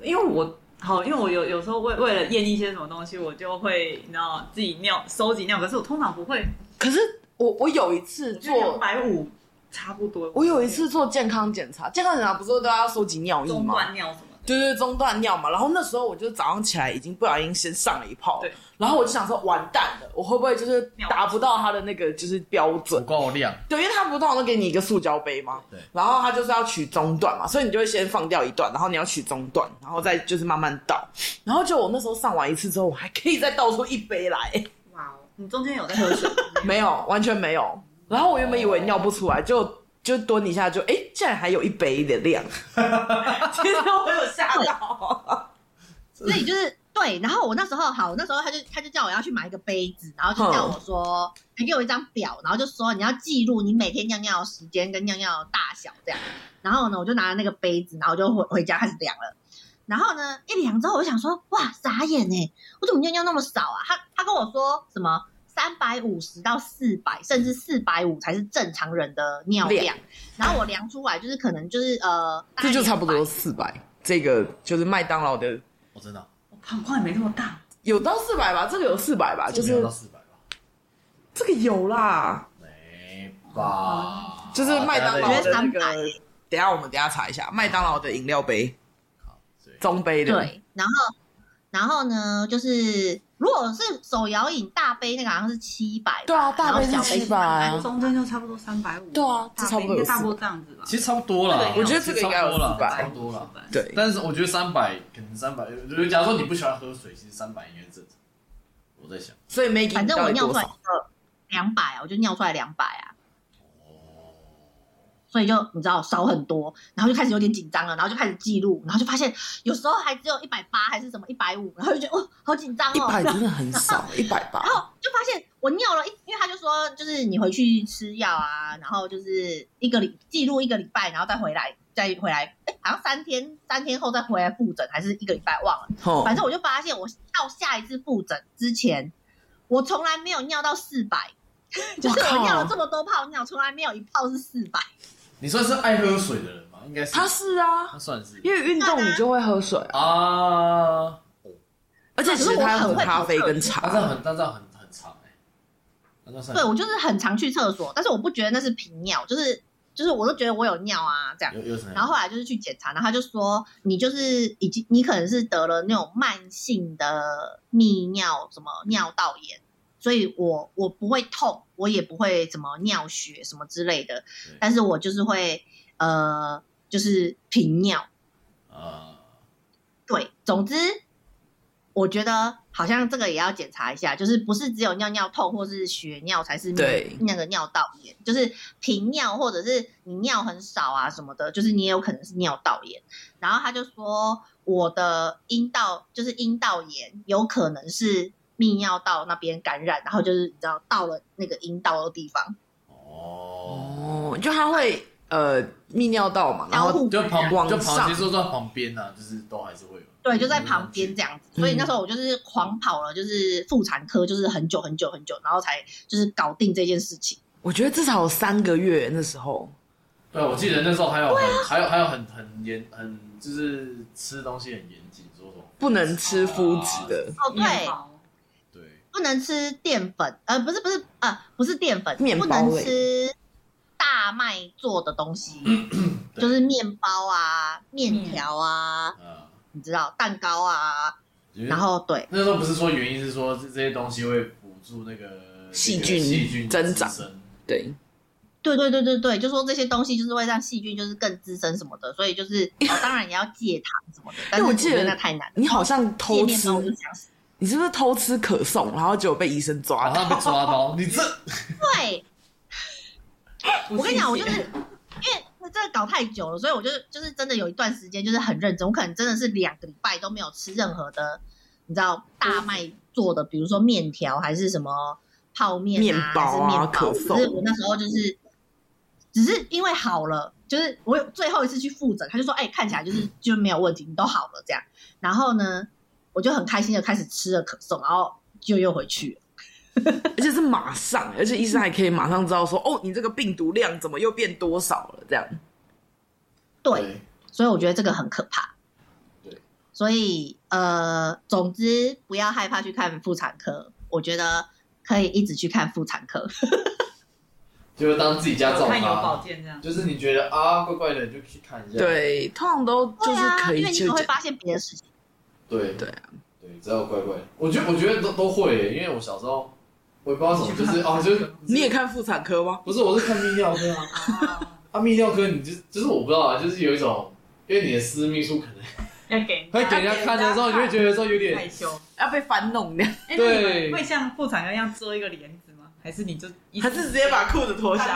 [SPEAKER 4] 因为我好，因为我有有时候为为了验一些什么东西，我就会你知道自己尿收集尿，可是我通常不会，
[SPEAKER 2] 可是我我有一次
[SPEAKER 4] 两
[SPEAKER 2] 做，
[SPEAKER 4] 百五差不多。
[SPEAKER 2] 我有一次做健康检查，健康检查不是都要收集尿液
[SPEAKER 4] 中
[SPEAKER 2] 吗？
[SPEAKER 4] 断尿什么的，
[SPEAKER 2] 对对，中断尿嘛。然后那时候我就早上起来已经不小心先上了一泡
[SPEAKER 4] 对，
[SPEAKER 2] 然后我就想说完蛋了，我会不会就是达不到他的那个就是标
[SPEAKER 5] 不
[SPEAKER 2] 准？
[SPEAKER 5] 够亮，
[SPEAKER 2] 对，因为他不是通常都给你一个塑胶杯吗？
[SPEAKER 5] 对
[SPEAKER 2] 然后他就是要取中段嘛，所以你就会先放掉一段，然后你要取中段，然后再就是慢慢倒。然后就我那时候上完一次之后，我还可以再倒出一杯 来，
[SPEAKER 4] 哇哦！你中间有在喝 水？
[SPEAKER 2] 没有，完全没有。然后我原本以为尿不出来，就就蹲一下就，哎，竟然还有一杯的 量，其实我有吓到。
[SPEAKER 1] 所以就是对，然后我那时候好，我那时候他就他就叫我要去买一个杯子，然后就叫我说，还给我一张表，然后就说你要记录你每天尿尿的时间跟尿尿的大小这样。然后呢，我就拿了那个杯子，然后我就回回家开始量了。然后呢，一量之后，我就想说，哇，傻眼哎，我怎么尿尿那么少啊？他他跟我说什么三百五十到四百，甚至四百五才是正常人的尿量。然后我量出来就是可能就是呃，大概200
[SPEAKER 2] 四百，这个就是麦当劳的
[SPEAKER 5] 我真的
[SPEAKER 4] 我膀胱也没那么大，
[SPEAKER 2] 有到四百吧，这个有四百啊吧，就
[SPEAKER 5] 没有
[SPEAKER 2] 是
[SPEAKER 5] 到四百吧。
[SPEAKER 2] 这个有啦，
[SPEAKER 5] 没吧？
[SPEAKER 2] 就是麦当劳
[SPEAKER 1] 我觉
[SPEAKER 2] 的
[SPEAKER 1] 得
[SPEAKER 2] 那
[SPEAKER 1] 300
[SPEAKER 2] 个。等一下我们等一下查一下麦当劳的饮料杯，
[SPEAKER 5] 总
[SPEAKER 2] 中杯的。，
[SPEAKER 1] 对，然后然后呢，就是如果是手摇饮大杯那个好像是七百，
[SPEAKER 2] 对啊，大杯是
[SPEAKER 1] 然后小杯
[SPEAKER 2] 七百啊。
[SPEAKER 4] 中间就差不多三百五。
[SPEAKER 2] 对啊这差不多有
[SPEAKER 4] 大概差不多这样子吧。
[SPEAKER 5] 其实差不多了，
[SPEAKER 4] 我
[SPEAKER 2] 觉得这个应该有
[SPEAKER 5] 其实差不多啦
[SPEAKER 2] 400
[SPEAKER 5] 差不多了。
[SPEAKER 2] 对，
[SPEAKER 5] 但是我觉得三百可能三百，就是假如说你不喜欢喝水，其实三百应该正常。我在想，
[SPEAKER 2] 所以 Maggie
[SPEAKER 1] 反正我
[SPEAKER 2] 你
[SPEAKER 1] 尿
[SPEAKER 2] 到底
[SPEAKER 1] 出来
[SPEAKER 2] 多少？
[SPEAKER 1] 两百啊，我就尿出来两百啊。所以就你知道少很多，然后就开始有点紧张了，然后就开始记录，然后就发现有时候还只有一百八还是什么一百五，然后就觉得哦好紧张哦，
[SPEAKER 2] 一百真的很少，
[SPEAKER 1] 哦
[SPEAKER 2] 一百吧
[SPEAKER 1] 然。后就发现我尿了一，因为他就说就是你回去吃药啊，然后就是一个礼记录一个礼拜，然后再回来再回来，哎、好像三天三天后再回来复诊，还是一个礼拜忘了。
[SPEAKER 2] 吼
[SPEAKER 1] 反正我就发现，我到下一次复诊之前，我从来没有尿到四百， 就是
[SPEAKER 2] 我靠
[SPEAKER 1] 我尿了这么多泡尿，从来没有一泡是四百。
[SPEAKER 5] 你算是爱喝水的人吗？应该是，
[SPEAKER 2] 他是啊
[SPEAKER 5] 他，算是
[SPEAKER 2] 因为运动你就会喝水啊，
[SPEAKER 5] 啊，
[SPEAKER 2] 而且其实他喝咖啡跟
[SPEAKER 5] 他
[SPEAKER 2] 茶
[SPEAKER 5] 这。样很，他这样很很长哎，他这样算
[SPEAKER 1] 对我就是很常去厕所，但是我不觉得那是频尿，就是就是我都觉得我有尿啊这样。
[SPEAKER 5] 有有什么？
[SPEAKER 1] 然后后来就是去检查，然后他就说你就是已经你可能是得了那种慢性的泌尿什么尿道炎，所以我我不会痛，我也不会怎么尿血什么之类的
[SPEAKER 5] 对，
[SPEAKER 1] 但是我就是会呃就是频尿。
[SPEAKER 5] 啊，
[SPEAKER 1] 对，总之我觉得好像这个也要检查一下，就是不是只有尿尿痛或是血尿才是
[SPEAKER 2] 对
[SPEAKER 1] 那个尿道炎，就是频尿或者是你尿很少啊什么的，就是你也有可能是尿道炎。然后他就说我的阴道就是阴道炎，有可能是泌尿道那边感染，然后就是你知道到了那个阴道的地方，
[SPEAKER 5] 哦，
[SPEAKER 2] 哦，就他会呃泌尿道嘛，然
[SPEAKER 1] 交
[SPEAKER 2] 后
[SPEAKER 1] 互
[SPEAKER 5] 就旁
[SPEAKER 2] 嗯往
[SPEAKER 5] 就旁
[SPEAKER 2] 上
[SPEAKER 5] 其实都在旁边呐，就是都还是会有。
[SPEAKER 1] 对，
[SPEAKER 2] 嗯
[SPEAKER 1] 就在旁边这样子。所以那时候我就是狂跑了，就是妇产科，就是很久很久很久，然后才就是搞定这件事情。
[SPEAKER 2] 我觉得至少有三个月那时候，
[SPEAKER 5] 对，啊我记得那时候还有很、
[SPEAKER 2] 啊
[SPEAKER 5] 还有还有很很严很就是吃东西很严谨，说什么
[SPEAKER 2] 不能吃麸质的
[SPEAKER 1] 哦，对
[SPEAKER 4] 面，包
[SPEAKER 5] 对
[SPEAKER 1] 不能吃淀粉，呃，不是不是呃，不是淀粉，
[SPEAKER 2] 面包
[SPEAKER 1] 不能
[SPEAKER 2] 类
[SPEAKER 1] 吃大麦做的东西，
[SPEAKER 2] 嗯
[SPEAKER 5] 对
[SPEAKER 1] 就是面包啊、面条啊，
[SPEAKER 5] 啊，
[SPEAKER 1] 你知道蛋糕啊，
[SPEAKER 2] 嗯
[SPEAKER 5] 因为
[SPEAKER 1] 然后对
[SPEAKER 5] 那时候不是说原因是说这这些东西会辅助那个
[SPEAKER 2] 细
[SPEAKER 5] 那个
[SPEAKER 2] 菌
[SPEAKER 5] 细菌
[SPEAKER 2] 增长
[SPEAKER 5] 滋生
[SPEAKER 2] 对，
[SPEAKER 1] 对对对对对，就说这些东西就是会让细菌就是更滋生什么的，所以就是、哦、当然也要戒糖什么的，但是
[SPEAKER 2] 我记
[SPEAKER 1] 觉
[SPEAKER 2] 得
[SPEAKER 1] 得那太难了，
[SPEAKER 2] 你好像
[SPEAKER 1] 戒
[SPEAKER 2] 偷
[SPEAKER 1] 面
[SPEAKER 2] 吃
[SPEAKER 1] 包，我就想死，
[SPEAKER 2] 你是不是偷吃可颂，然后结果被医生抓
[SPEAKER 5] 马
[SPEAKER 2] 到？
[SPEAKER 5] 上被抓包，你 这
[SPEAKER 1] 对。
[SPEAKER 4] 不
[SPEAKER 1] 我跟你讲，我就是
[SPEAKER 4] 细
[SPEAKER 1] 因
[SPEAKER 4] 节
[SPEAKER 1] 为真的搞太久了，所以我就是就是真的有一段时间就是很认真，我可能真的是两个礼拜都没有吃任何的，你知道大麦做的，比如说面条还是什么泡面、啊、
[SPEAKER 2] 面包啊
[SPEAKER 1] 还是面包
[SPEAKER 2] 可颂
[SPEAKER 1] 只是我那时候就是，只是因为好了，就是我有最后一次去复诊，他就说，哎、看起来就是就没有问题，你都好了这样。然后呢，我就很开心的开始吃了可颂，然后就又回去了。
[SPEAKER 2] 而且是马上，而且医生还可以马上知道说，哦，你这个病毒量怎么又变多少了？这样，
[SPEAKER 1] 对，所以我觉得这个很可怕。
[SPEAKER 5] 对，
[SPEAKER 1] 所以呃，总之不要害怕去看妇产科，我觉得可以一直去看妇产科。
[SPEAKER 5] 就是当自己家照
[SPEAKER 4] 看有保
[SPEAKER 5] 他，
[SPEAKER 4] 健这样，
[SPEAKER 5] 就是你觉得啊怪怪的，你就去看一下。
[SPEAKER 2] 对，通常都就是
[SPEAKER 1] 对
[SPEAKER 2] 可
[SPEAKER 1] 啊，因
[SPEAKER 2] 以
[SPEAKER 1] 为你
[SPEAKER 2] 就
[SPEAKER 1] 可会
[SPEAKER 2] 讲，
[SPEAKER 1] 发现别的事情。
[SPEAKER 5] 对
[SPEAKER 2] 对啊
[SPEAKER 5] 对，只要怪怪的，我觉得我觉得都都会欸耶，因为我小时候我也不知道怎么，就是 哦，就是
[SPEAKER 2] 你也看妇产科吗？
[SPEAKER 5] 不是我是看泌尿科啊，
[SPEAKER 4] 哦
[SPEAKER 5] 啊泌尿科你就就是我不知道啊，就是有一种。因为你的私密处可 能
[SPEAKER 4] 要给
[SPEAKER 5] 会给人家看的时候，你会觉得说有点
[SPEAKER 4] 害羞。
[SPEAKER 2] 要被翻弄的，
[SPEAKER 4] 哎，
[SPEAKER 5] 对
[SPEAKER 4] 那你们会像妇产科一样做一个帘子吗？还是你就一
[SPEAKER 2] 还是直接把裤子脱下 来？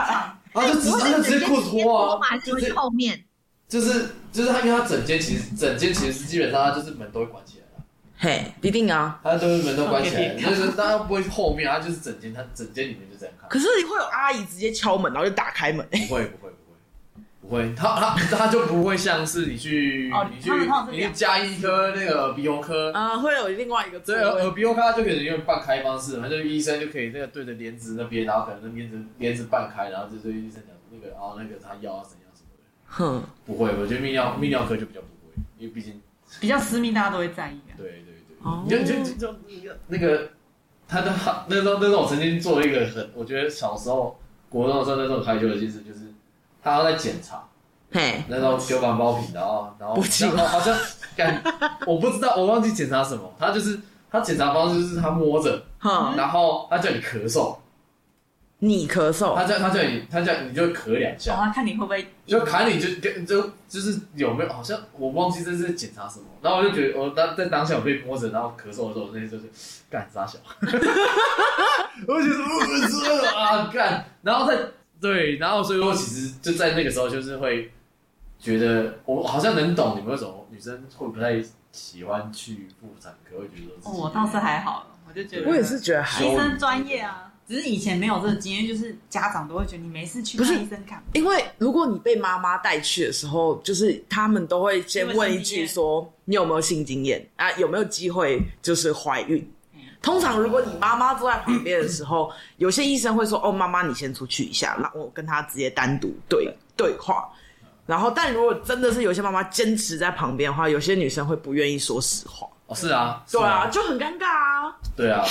[SPEAKER 5] 啊，就直
[SPEAKER 1] 不
[SPEAKER 5] 接
[SPEAKER 1] 会
[SPEAKER 5] 直接裤子脱
[SPEAKER 1] 嘛，
[SPEAKER 5] 啊，
[SPEAKER 1] 就
[SPEAKER 5] 就是是
[SPEAKER 1] 后面。
[SPEAKER 5] 就是就是他，因为他整间其实整间其实基本上他就是门都会关起来了，
[SPEAKER 2] 嘿，一定啊。
[SPEAKER 5] 他都是门都关起来，
[SPEAKER 4] Okay，
[SPEAKER 5] 就是大家不会后面，他就是整间他整间里面就这样看，
[SPEAKER 2] 可是会有阿姨直接敲门，然后就打开 门。
[SPEAKER 5] 不会不会不会不会，他他他就不会像是你去
[SPEAKER 4] 哦
[SPEAKER 5] 你去
[SPEAKER 4] 他们通常是
[SPEAKER 5] 你
[SPEAKER 4] 两
[SPEAKER 5] 去加医科那个耳鼻喉科。
[SPEAKER 2] 啊、会有另外一个座
[SPEAKER 5] 对，哦
[SPEAKER 2] 位
[SPEAKER 5] 耳耳鼻喉科他就可能用半开方式嘛，就是医生就可以那个对着帘子那边，然后可能那帘子帘子半开，然后就对医生讲那个，然后那个他要啊怎样什么的。
[SPEAKER 2] 哼，
[SPEAKER 5] 不会，我觉得泌尿泌尿科就比较不会，因为毕竟
[SPEAKER 4] 比较私密，大家都会在意啊。
[SPEAKER 5] 对对对，
[SPEAKER 2] 哦
[SPEAKER 5] 你就你就就你就那个，他的他那时候那时候我曾经做了一个很，我觉得小时候国中的时候那时候很害羞的件事，就是他要在检查，
[SPEAKER 2] 嘿，
[SPEAKER 5] 那时候丢完包皮，然后然后
[SPEAKER 2] 不记得
[SPEAKER 5] 好像感我不知道我忘记检查什么，他就是他检查方式就是他摸着，
[SPEAKER 2] 哼，
[SPEAKER 5] 然后他叫你咳嗽，
[SPEAKER 2] 你咳嗽
[SPEAKER 5] 他叫他叫你他叫你就咳两下
[SPEAKER 4] 然，后哦看你会不会
[SPEAKER 5] 就砍你就就就就是有没有好像我忘记这是检查什么，然后我就觉得我当在当下我被摸着，然后咳嗽的时候，我那时候就干傻小， 我就觉得呃是啊干，然后再对，然后所以我其实就在那个时候就是会觉得我好像能懂你们为什么女生会不太喜欢去妇产科，会觉得说自己
[SPEAKER 4] 哦哦，我倒是还好了，我就觉得
[SPEAKER 2] 我也是觉得还
[SPEAKER 5] 羞
[SPEAKER 4] 医生专业啊，只是以前没有这个经验，就是家长都会觉得你没事去
[SPEAKER 2] 不是
[SPEAKER 4] 看医生看。
[SPEAKER 2] 因为如果你被妈妈带去的时候，就是他们都会先问一句说你有没有性经验啊，有没有机会就是怀孕。通常如果你妈妈坐在旁边的时候，有些医生会说哦，妈妈你先出去一下，让我跟她直接单独对对话。然后，但如果真的是有些妈妈坚持在旁边的话，有些女生会不愿意说实话。
[SPEAKER 5] 哦，是啊，是
[SPEAKER 2] 对啊，，就很尴尬啊。
[SPEAKER 5] 对啊，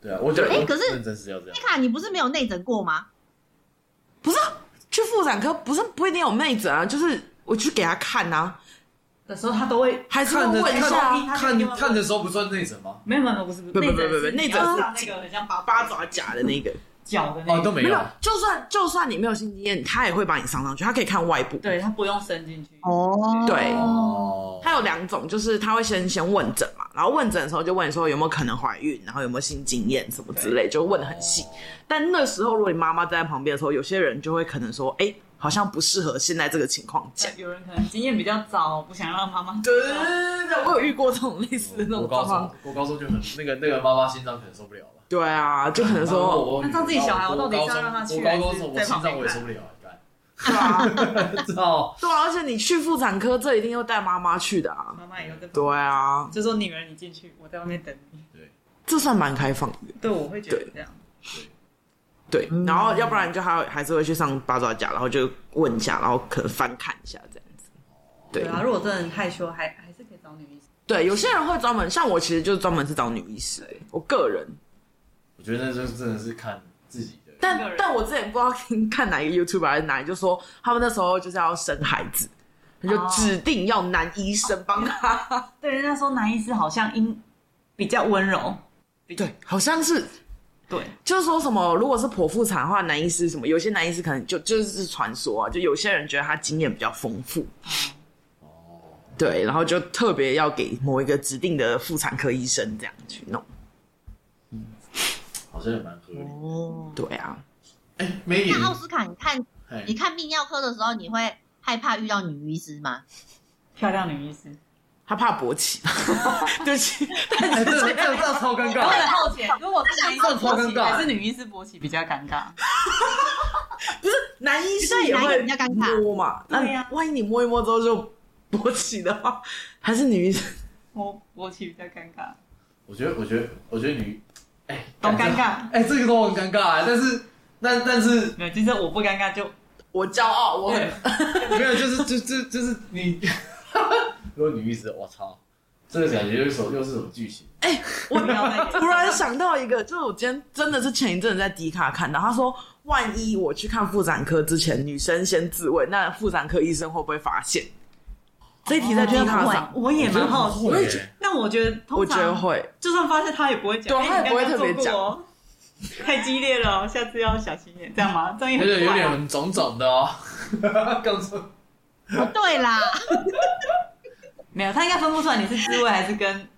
[SPEAKER 5] 对啊，我觉得
[SPEAKER 1] 哎可是
[SPEAKER 5] 认真是要这样
[SPEAKER 1] 你。看，你不是没有内诊过吗？
[SPEAKER 2] 不是、啊、去妇产科，不是不一定有妹子啊，就是我去给她看啊，
[SPEAKER 4] 的时候他都会
[SPEAKER 2] 还是
[SPEAKER 5] 看
[SPEAKER 2] 会
[SPEAKER 5] 的
[SPEAKER 2] 问一下啊、
[SPEAKER 5] 看看看的时候不算内诊吗？
[SPEAKER 4] 没有没有不是不
[SPEAKER 2] 不不
[SPEAKER 4] 是
[SPEAKER 2] 不不不
[SPEAKER 4] 内
[SPEAKER 2] 内诊
[SPEAKER 4] 诊是
[SPEAKER 2] 是
[SPEAKER 4] 你要上那个很像八
[SPEAKER 2] 八爪夹的那个，
[SPEAKER 4] 脚的那
[SPEAKER 5] 哦，
[SPEAKER 4] 个，
[SPEAKER 5] 都没
[SPEAKER 2] 没
[SPEAKER 5] 有
[SPEAKER 2] 有，，就算就算你没有性经验，他也会把你上上去，他可以看外部。
[SPEAKER 4] 对他不用伸进去。
[SPEAKER 1] 哦
[SPEAKER 2] 对
[SPEAKER 5] 哦，
[SPEAKER 2] 他有两种，就是他会先先问诊嘛，然后问诊的时候就问你说有没有可能怀孕，然后有没有性经验什么之类，就问的很细。但那时候如果你妈妈站在旁边的时候，有些人就会可能说，哎、好像不适合现在这个情况讲。
[SPEAKER 4] 有人可能经验比较早，不想让妈妈
[SPEAKER 2] 对对对对，我有遇过这种类似的那
[SPEAKER 5] 我
[SPEAKER 2] 种
[SPEAKER 5] 高
[SPEAKER 2] 状况
[SPEAKER 5] 中。，我高中就很那个那个妈妈心脏可能受不了了。
[SPEAKER 2] 对啊，就可能
[SPEAKER 5] 然后
[SPEAKER 2] 说，
[SPEAKER 5] 我
[SPEAKER 4] 那照自己小孩我到底是要让他去
[SPEAKER 5] 我高中我
[SPEAKER 4] 还是在
[SPEAKER 5] 心脏
[SPEAKER 4] 旁边
[SPEAKER 5] 我也受不了，干
[SPEAKER 2] 对啊，
[SPEAKER 5] 知道？
[SPEAKER 2] 对啊，而且你去妇产科，这一定要带妈妈去的啊。
[SPEAKER 4] 妈妈以后再
[SPEAKER 2] 对啊，
[SPEAKER 4] 就说女儿你进去，我在外面等你。
[SPEAKER 2] 这算蛮开放的。
[SPEAKER 4] 对，我会觉得这样。
[SPEAKER 2] 对，然后要不然就还还是会去上八爪甲，然后就问一下，然后可能翻看一下这样子。对
[SPEAKER 4] 啊，如果真的很害羞，还还是可以找女医生。
[SPEAKER 2] 对，有些人会专门，像我其实就专门是找女医师，我个人。
[SPEAKER 5] 我觉得那就是真的是看自己的。
[SPEAKER 2] 但
[SPEAKER 4] 个人
[SPEAKER 2] 但我之前不知道听看哪一个 YouTuber 还是哪里，就说他们那时候就是要生孩子，他就
[SPEAKER 4] 哦
[SPEAKER 2] 指定要男医生帮他。
[SPEAKER 4] 对，人家说男医师好像因比较温柔。
[SPEAKER 2] 对，好像是
[SPEAKER 4] 对，
[SPEAKER 2] 就是说什么，如果是剖腹产的话，男医师什么，有些男医师可能就就是传说啊，就有些人觉得他经验比较丰富，
[SPEAKER 5] 哦，
[SPEAKER 2] 对，然后就特别要给某一个指定的妇产科医生这样去弄，
[SPEAKER 5] 好像也蛮合理。
[SPEAKER 1] 哦。
[SPEAKER 2] 对啊，
[SPEAKER 5] 哎，梅影
[SPEAKER 1] 那，奥斯卡，你看
[SPEAKER 5] 哎
[SPEAKER 1] 你看泌尿科的时候，你会害怕遇到女医师吗？
[SPEAKER 4] 漂亮女医师。
[SPEAKER 2] 他怕勃起， 对不起，
[SPEAKER 5] 哎，这个这个这个超尴
[SPEAKER 4] 我很
[SPEAKER 5] 尬，
[SPEAKER 4] 好奇，如果是男医师
[SPEAKER 5] 这超
[SPEAKER 4] 勃
[SPEAKER 5] 尴
[SPEAKER 4] 起，
[SPEAKER 5] 尬
[SPEAKER 4] 还是女医师勃起比较尴 尬？
[SPEAKER 2] 男医师也会
[SPEAKER 1] 比较尴尬
[SPEAKER 2] 摸嘛，嗯
[SPEAKER 4] 对呀
[SPEAKER 2] 那万一你摸一摸之后就勃起的话，还是女医生，
[SPEAKER 4] 我勃起比较尴尬，
[SPEAKER 5] 我觉得，我觉得，我觉得你，哎，
[SPEAKER 4] 都
[SPEAKER 5] 干
[SPEAKER 4] 尴。尬。
[SPEAKER 5] 哎，这个都很尴尬，但是，但但是
[SPEAKER 4] 没有，就是我不尴尬就
[SPEAKER 2] 我骄傲，我 很
[SPEAKER 4] 对
[SPEAKER 5] 没有，就是就就就是你， 如果女医师，我操，这个感觉又是什么又是什么剧情？
[SPEAKER 4] 我不 要再
[SPEAKER 2] 突然想到一个，就是我今天真的是前一阵子在迪卡看到，他说万一我去看妇产科之前，女生先自慰，那妇产科医生会不会发现？这一题在迪卡上，
[SPEAKER 4] 啊我也蛮好奇。
[SPEAKER 5] 我也觉得
[SPEAKER 4] 那我觉得，
[SPEAKER 2] 我觉得，会，
[SPEAKER 4] 就算发现他也不会讲，
[SPEAKER 2] 对啊他也不会
[SPEAKER 4] 哎你刚刚做过哦
[SPEAKER 2] 特
[SPEAKER 4] 太激烈了哦，下次要小心一点，这样吗？这样也
[SPEAKER 5] 有
[SPEAKER 4] 很啊
[SPEAKER 5] 点有
[SPEAKER 4] 怪
[SPEAKER 5] 点很肿肿的哦。 刚说
[SPEAKER 1] 哦，对啦，
[SPEAKER 4] 没有，他应该分不出来你是自慰还是跟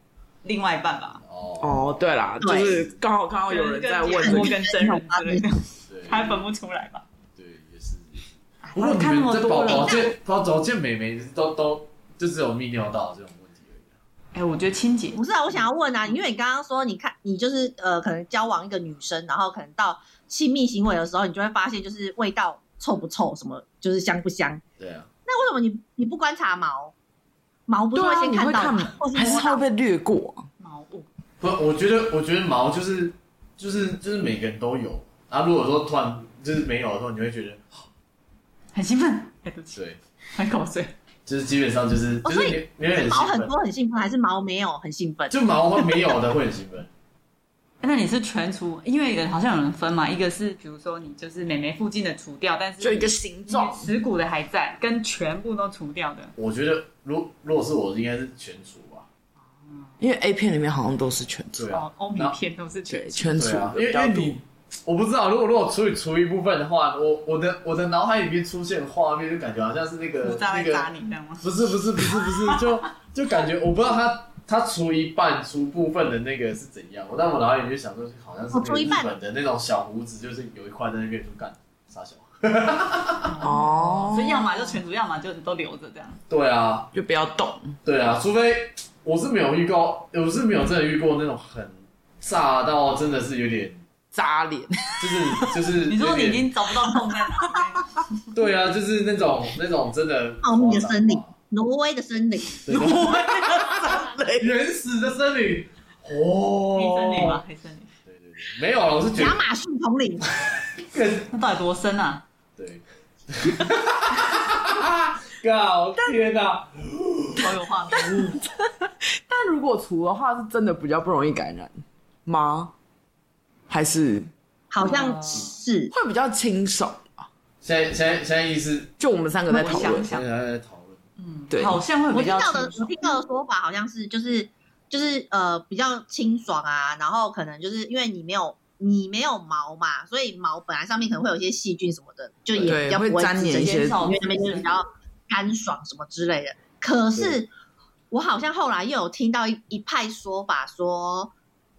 [SPEAKER 4] 另外一半吧？
[SPEAKER 5] 哦，
[SPEAKER 2] 哦，对啦，就
[SPEAKER 1] 对
[SPEAKER 2] 是刚好看到有人在问
[SPEAKER 4] 跟
[SPEAKER 2] 这
[SPEAKER 4] 我
[SPEAKER 2] 个，
[SPEAKER 4] 跟真人之类的，
[SPEAKER 5] 对，
[SPEAKER 4] 他分不出来吧？
[SPEAKER 5] 对，也是。也是不过你
[SPEAKER 4] 啊看那
[SPEAKER 5] 们
[SPEAKER 4] 么
[SPEAKER 5] 这
[SPEAKER 4] 多
[SPEAKER 5] 保
[SPEAKER 4] 了
[SPEAKER 5] 保健保保健美眉都都就只有泌尿道这种问题而已。
[SPEAKER 4] 哎，我觉得清洁
[SPEAKER 1] 不是啊，我想要问啊，因为你刚刚说，你看你就是呃，可能交往一个女生，然后可能到亲密行为的时候，你就会发现就是味道臭不臭，什么就是香不香。
[SPEAKER 5] 对啊，
[SPEAKER 1] 那为什么你你不观察毛？毛不是
[SPEAKER 2] 对啊，
[SPEAKER 1] 先
[SPEAKER 2] 你会
[SPEAKER 1] 看到
[SPEAKER 2] 看
[SPEAKER 1] 吗，或
[SPEAKER 2] 还是
[SPEAKER 1] 摸
[SPEAKER 2] 会
[SPEAKER 5] 啊
[SPEAKER 1] 到？
[SPEAKER 2] 被略过？
[SPEAKER 4] 毛物，
[SPEAKER 5] 不，我觉得我觉得毛就是就是就是每个人都有啊。如果说突然就是没有的时候，你会觉得
[SPEAKER 4] 很兴奋，哎，对不起，
[SPEAKER 5] 对，
[SPEAKER 4] 很口水。哎
[SPEAKER 5] 就是基本上就是
[SPEAKER 1] 哦
[SPEAKER 5] 就
[SPEAKER 1] 所以
[SPEAKER 5] 是你你会很
[SPEAKER 1] 毛
[SPEAKER 5] 兴
[SPEAKER 1] 很
[SPEAKER 5] 奋，
[SPEAKER 1] 多很兴奋，还是毛没有很兴奋？
[SPEAKER 5] 啊就毛会没有的会很兴奋。
[SPEAKER 4] 那你是全除，因为有好像有人分嘛，一个是比如说你就是美眉附近的除掉，但是
[SPEAKER 2] 就一个形
[SPEAKER 4] 你
[SPEAKER 2] 状，
[SPEAKER 4] 耻骨的还在，跟全部都除掉的。
[SPEAKER 5] 我觉得如如果是我，应该是全除吧。
[SPEAKER 2] 因为 A 片里面好像都是全除，
[SPEAKER 5] 对啊
[SPEAKER 4] 哦，，欧米
[SPEAKER 5] 然后
[SPEAKER 4] 片都是全
[SPEAKER 2] 对，全除
[SPEAKER 5] 对啊
[SPEAKER 2] 的，
[SPEAKER 5] 因
[SPEAKER 2] 比
[SPEAKER 5] 为因
[SPEAKER 2] 较
[SPEAKER 5] 为
[SPEAKER 2] 多
[SPEAKER 5] 你，我不知道，如果如果除以除一部分的话，我我的我的脑海里面出现的画面就感觉好像是那
[SPEAKER 4] 除
[SPEAKER 5] 个
[SPEAKER 4] 渣
[SPEAKER 5] 那
[SPEAKER 4] 来扎
[SPEAKER 5] 个，
[SPEAKER 4] 你，这样吗？
[SPEAKER 5] 不是不是不是不是，就就感觉我不知道他他除一半除部分的那个是怎样，我但我脑海里就想说好像是
[SPEAKER 1] 哦除一
[SPEAKER 5] 那
[SPEAKER 1] 半
[SPEAKER 5] 个日本的那种小胡子，就是有一块在那边就干傻小。
[SPEAKER 2] 哦，
[SPEAKER 4] 所以要么就全除，要么就都留着这样。
[SPEAKER 5] 对啊
[SPEAKER 2] 就不要动，
[SPEAKER 5] 对啊，除非我是没有遇到，我是没有真的遇过那种很炸到真的是有点
[SPEAKER 2] 扎脸，
[SPEAKER 5] 就是 就是
[SPEAKER 4] 你说你
[SPEAKER 5] 有
[SPEAKER 4] 已
[SPEAKER 5] 点
[SPEAKER 4] 经找不到洞在哪，
[SPEAKER 5] 对啊，就是那种那种真的
[SPEAKER 1] 茂密的森林，挪威的森林，
[SPEAKER 5] 对对对原始的森林哦，
[SPEAKER 4] 黑森林吗？？黑森林，
[SPEAKER 5] 对对对，没有了，啊我是觉
[SPEAKER 1] 亚
[SPEAKER 5] 得
[SPEAKER 1] 马逊丛林，
[SPEAKER 5] 更
[SPEAKER 4] 那到底多深啊？
[SPEAKER 5] 对。 搞天哪、
[SPEAKER 4] 好有画面。
[SPEAKER 2] 但如果除的话，是真的比较不容易感染吗？还是
[SPEAKER 1] 好像是。
[SPEAKER 2] 会比较清爽？
[SPEAKER 5] 现在现在现在意思
[SPEAKER 2] 就我们三个在
[SPEAKER 4] 我
[SPEAKER 2] 讨
[SPEAKER 4] 想
[SPEAKER 2] 论，
[SPEAKER 5] 现在还在讨论，
[SPEAKER 4] 嗯，
[SPEAKER 2] 对
[SPEAKER 4] 好像会
[SPEAKER 1] 我
[SPEAKER 4] 比
[SPEAKER 1] 听
[SPEAKER 4] 较
[SPEAKER 1] 到的我
[SPEAKER 4] 清爽
[SPEAKER 1] 听到的说法好像是就是就是呃比较清爽啊，然后可能就是因为你没有你没有毛嘛，所以毛本来上面可能会有一些细菌什么的，就也
[SPEAKER 2] 对
[SPEAKER 1] 比较
[SPEAKER 2] 会
[SPEAKER 1] 不会
[SPEAKER 2] 粘
[SPEAKER 1] 滋
[SPEAKER 2] 黏
[SPEAKER 1] 生
[SPEAKER 2] 一些
[SPEAKER 4] 减少
[SPEAKER 1] 因为那边嗯就是比较干爽什么之类的。可是我好像后来又有听到一一派说法说，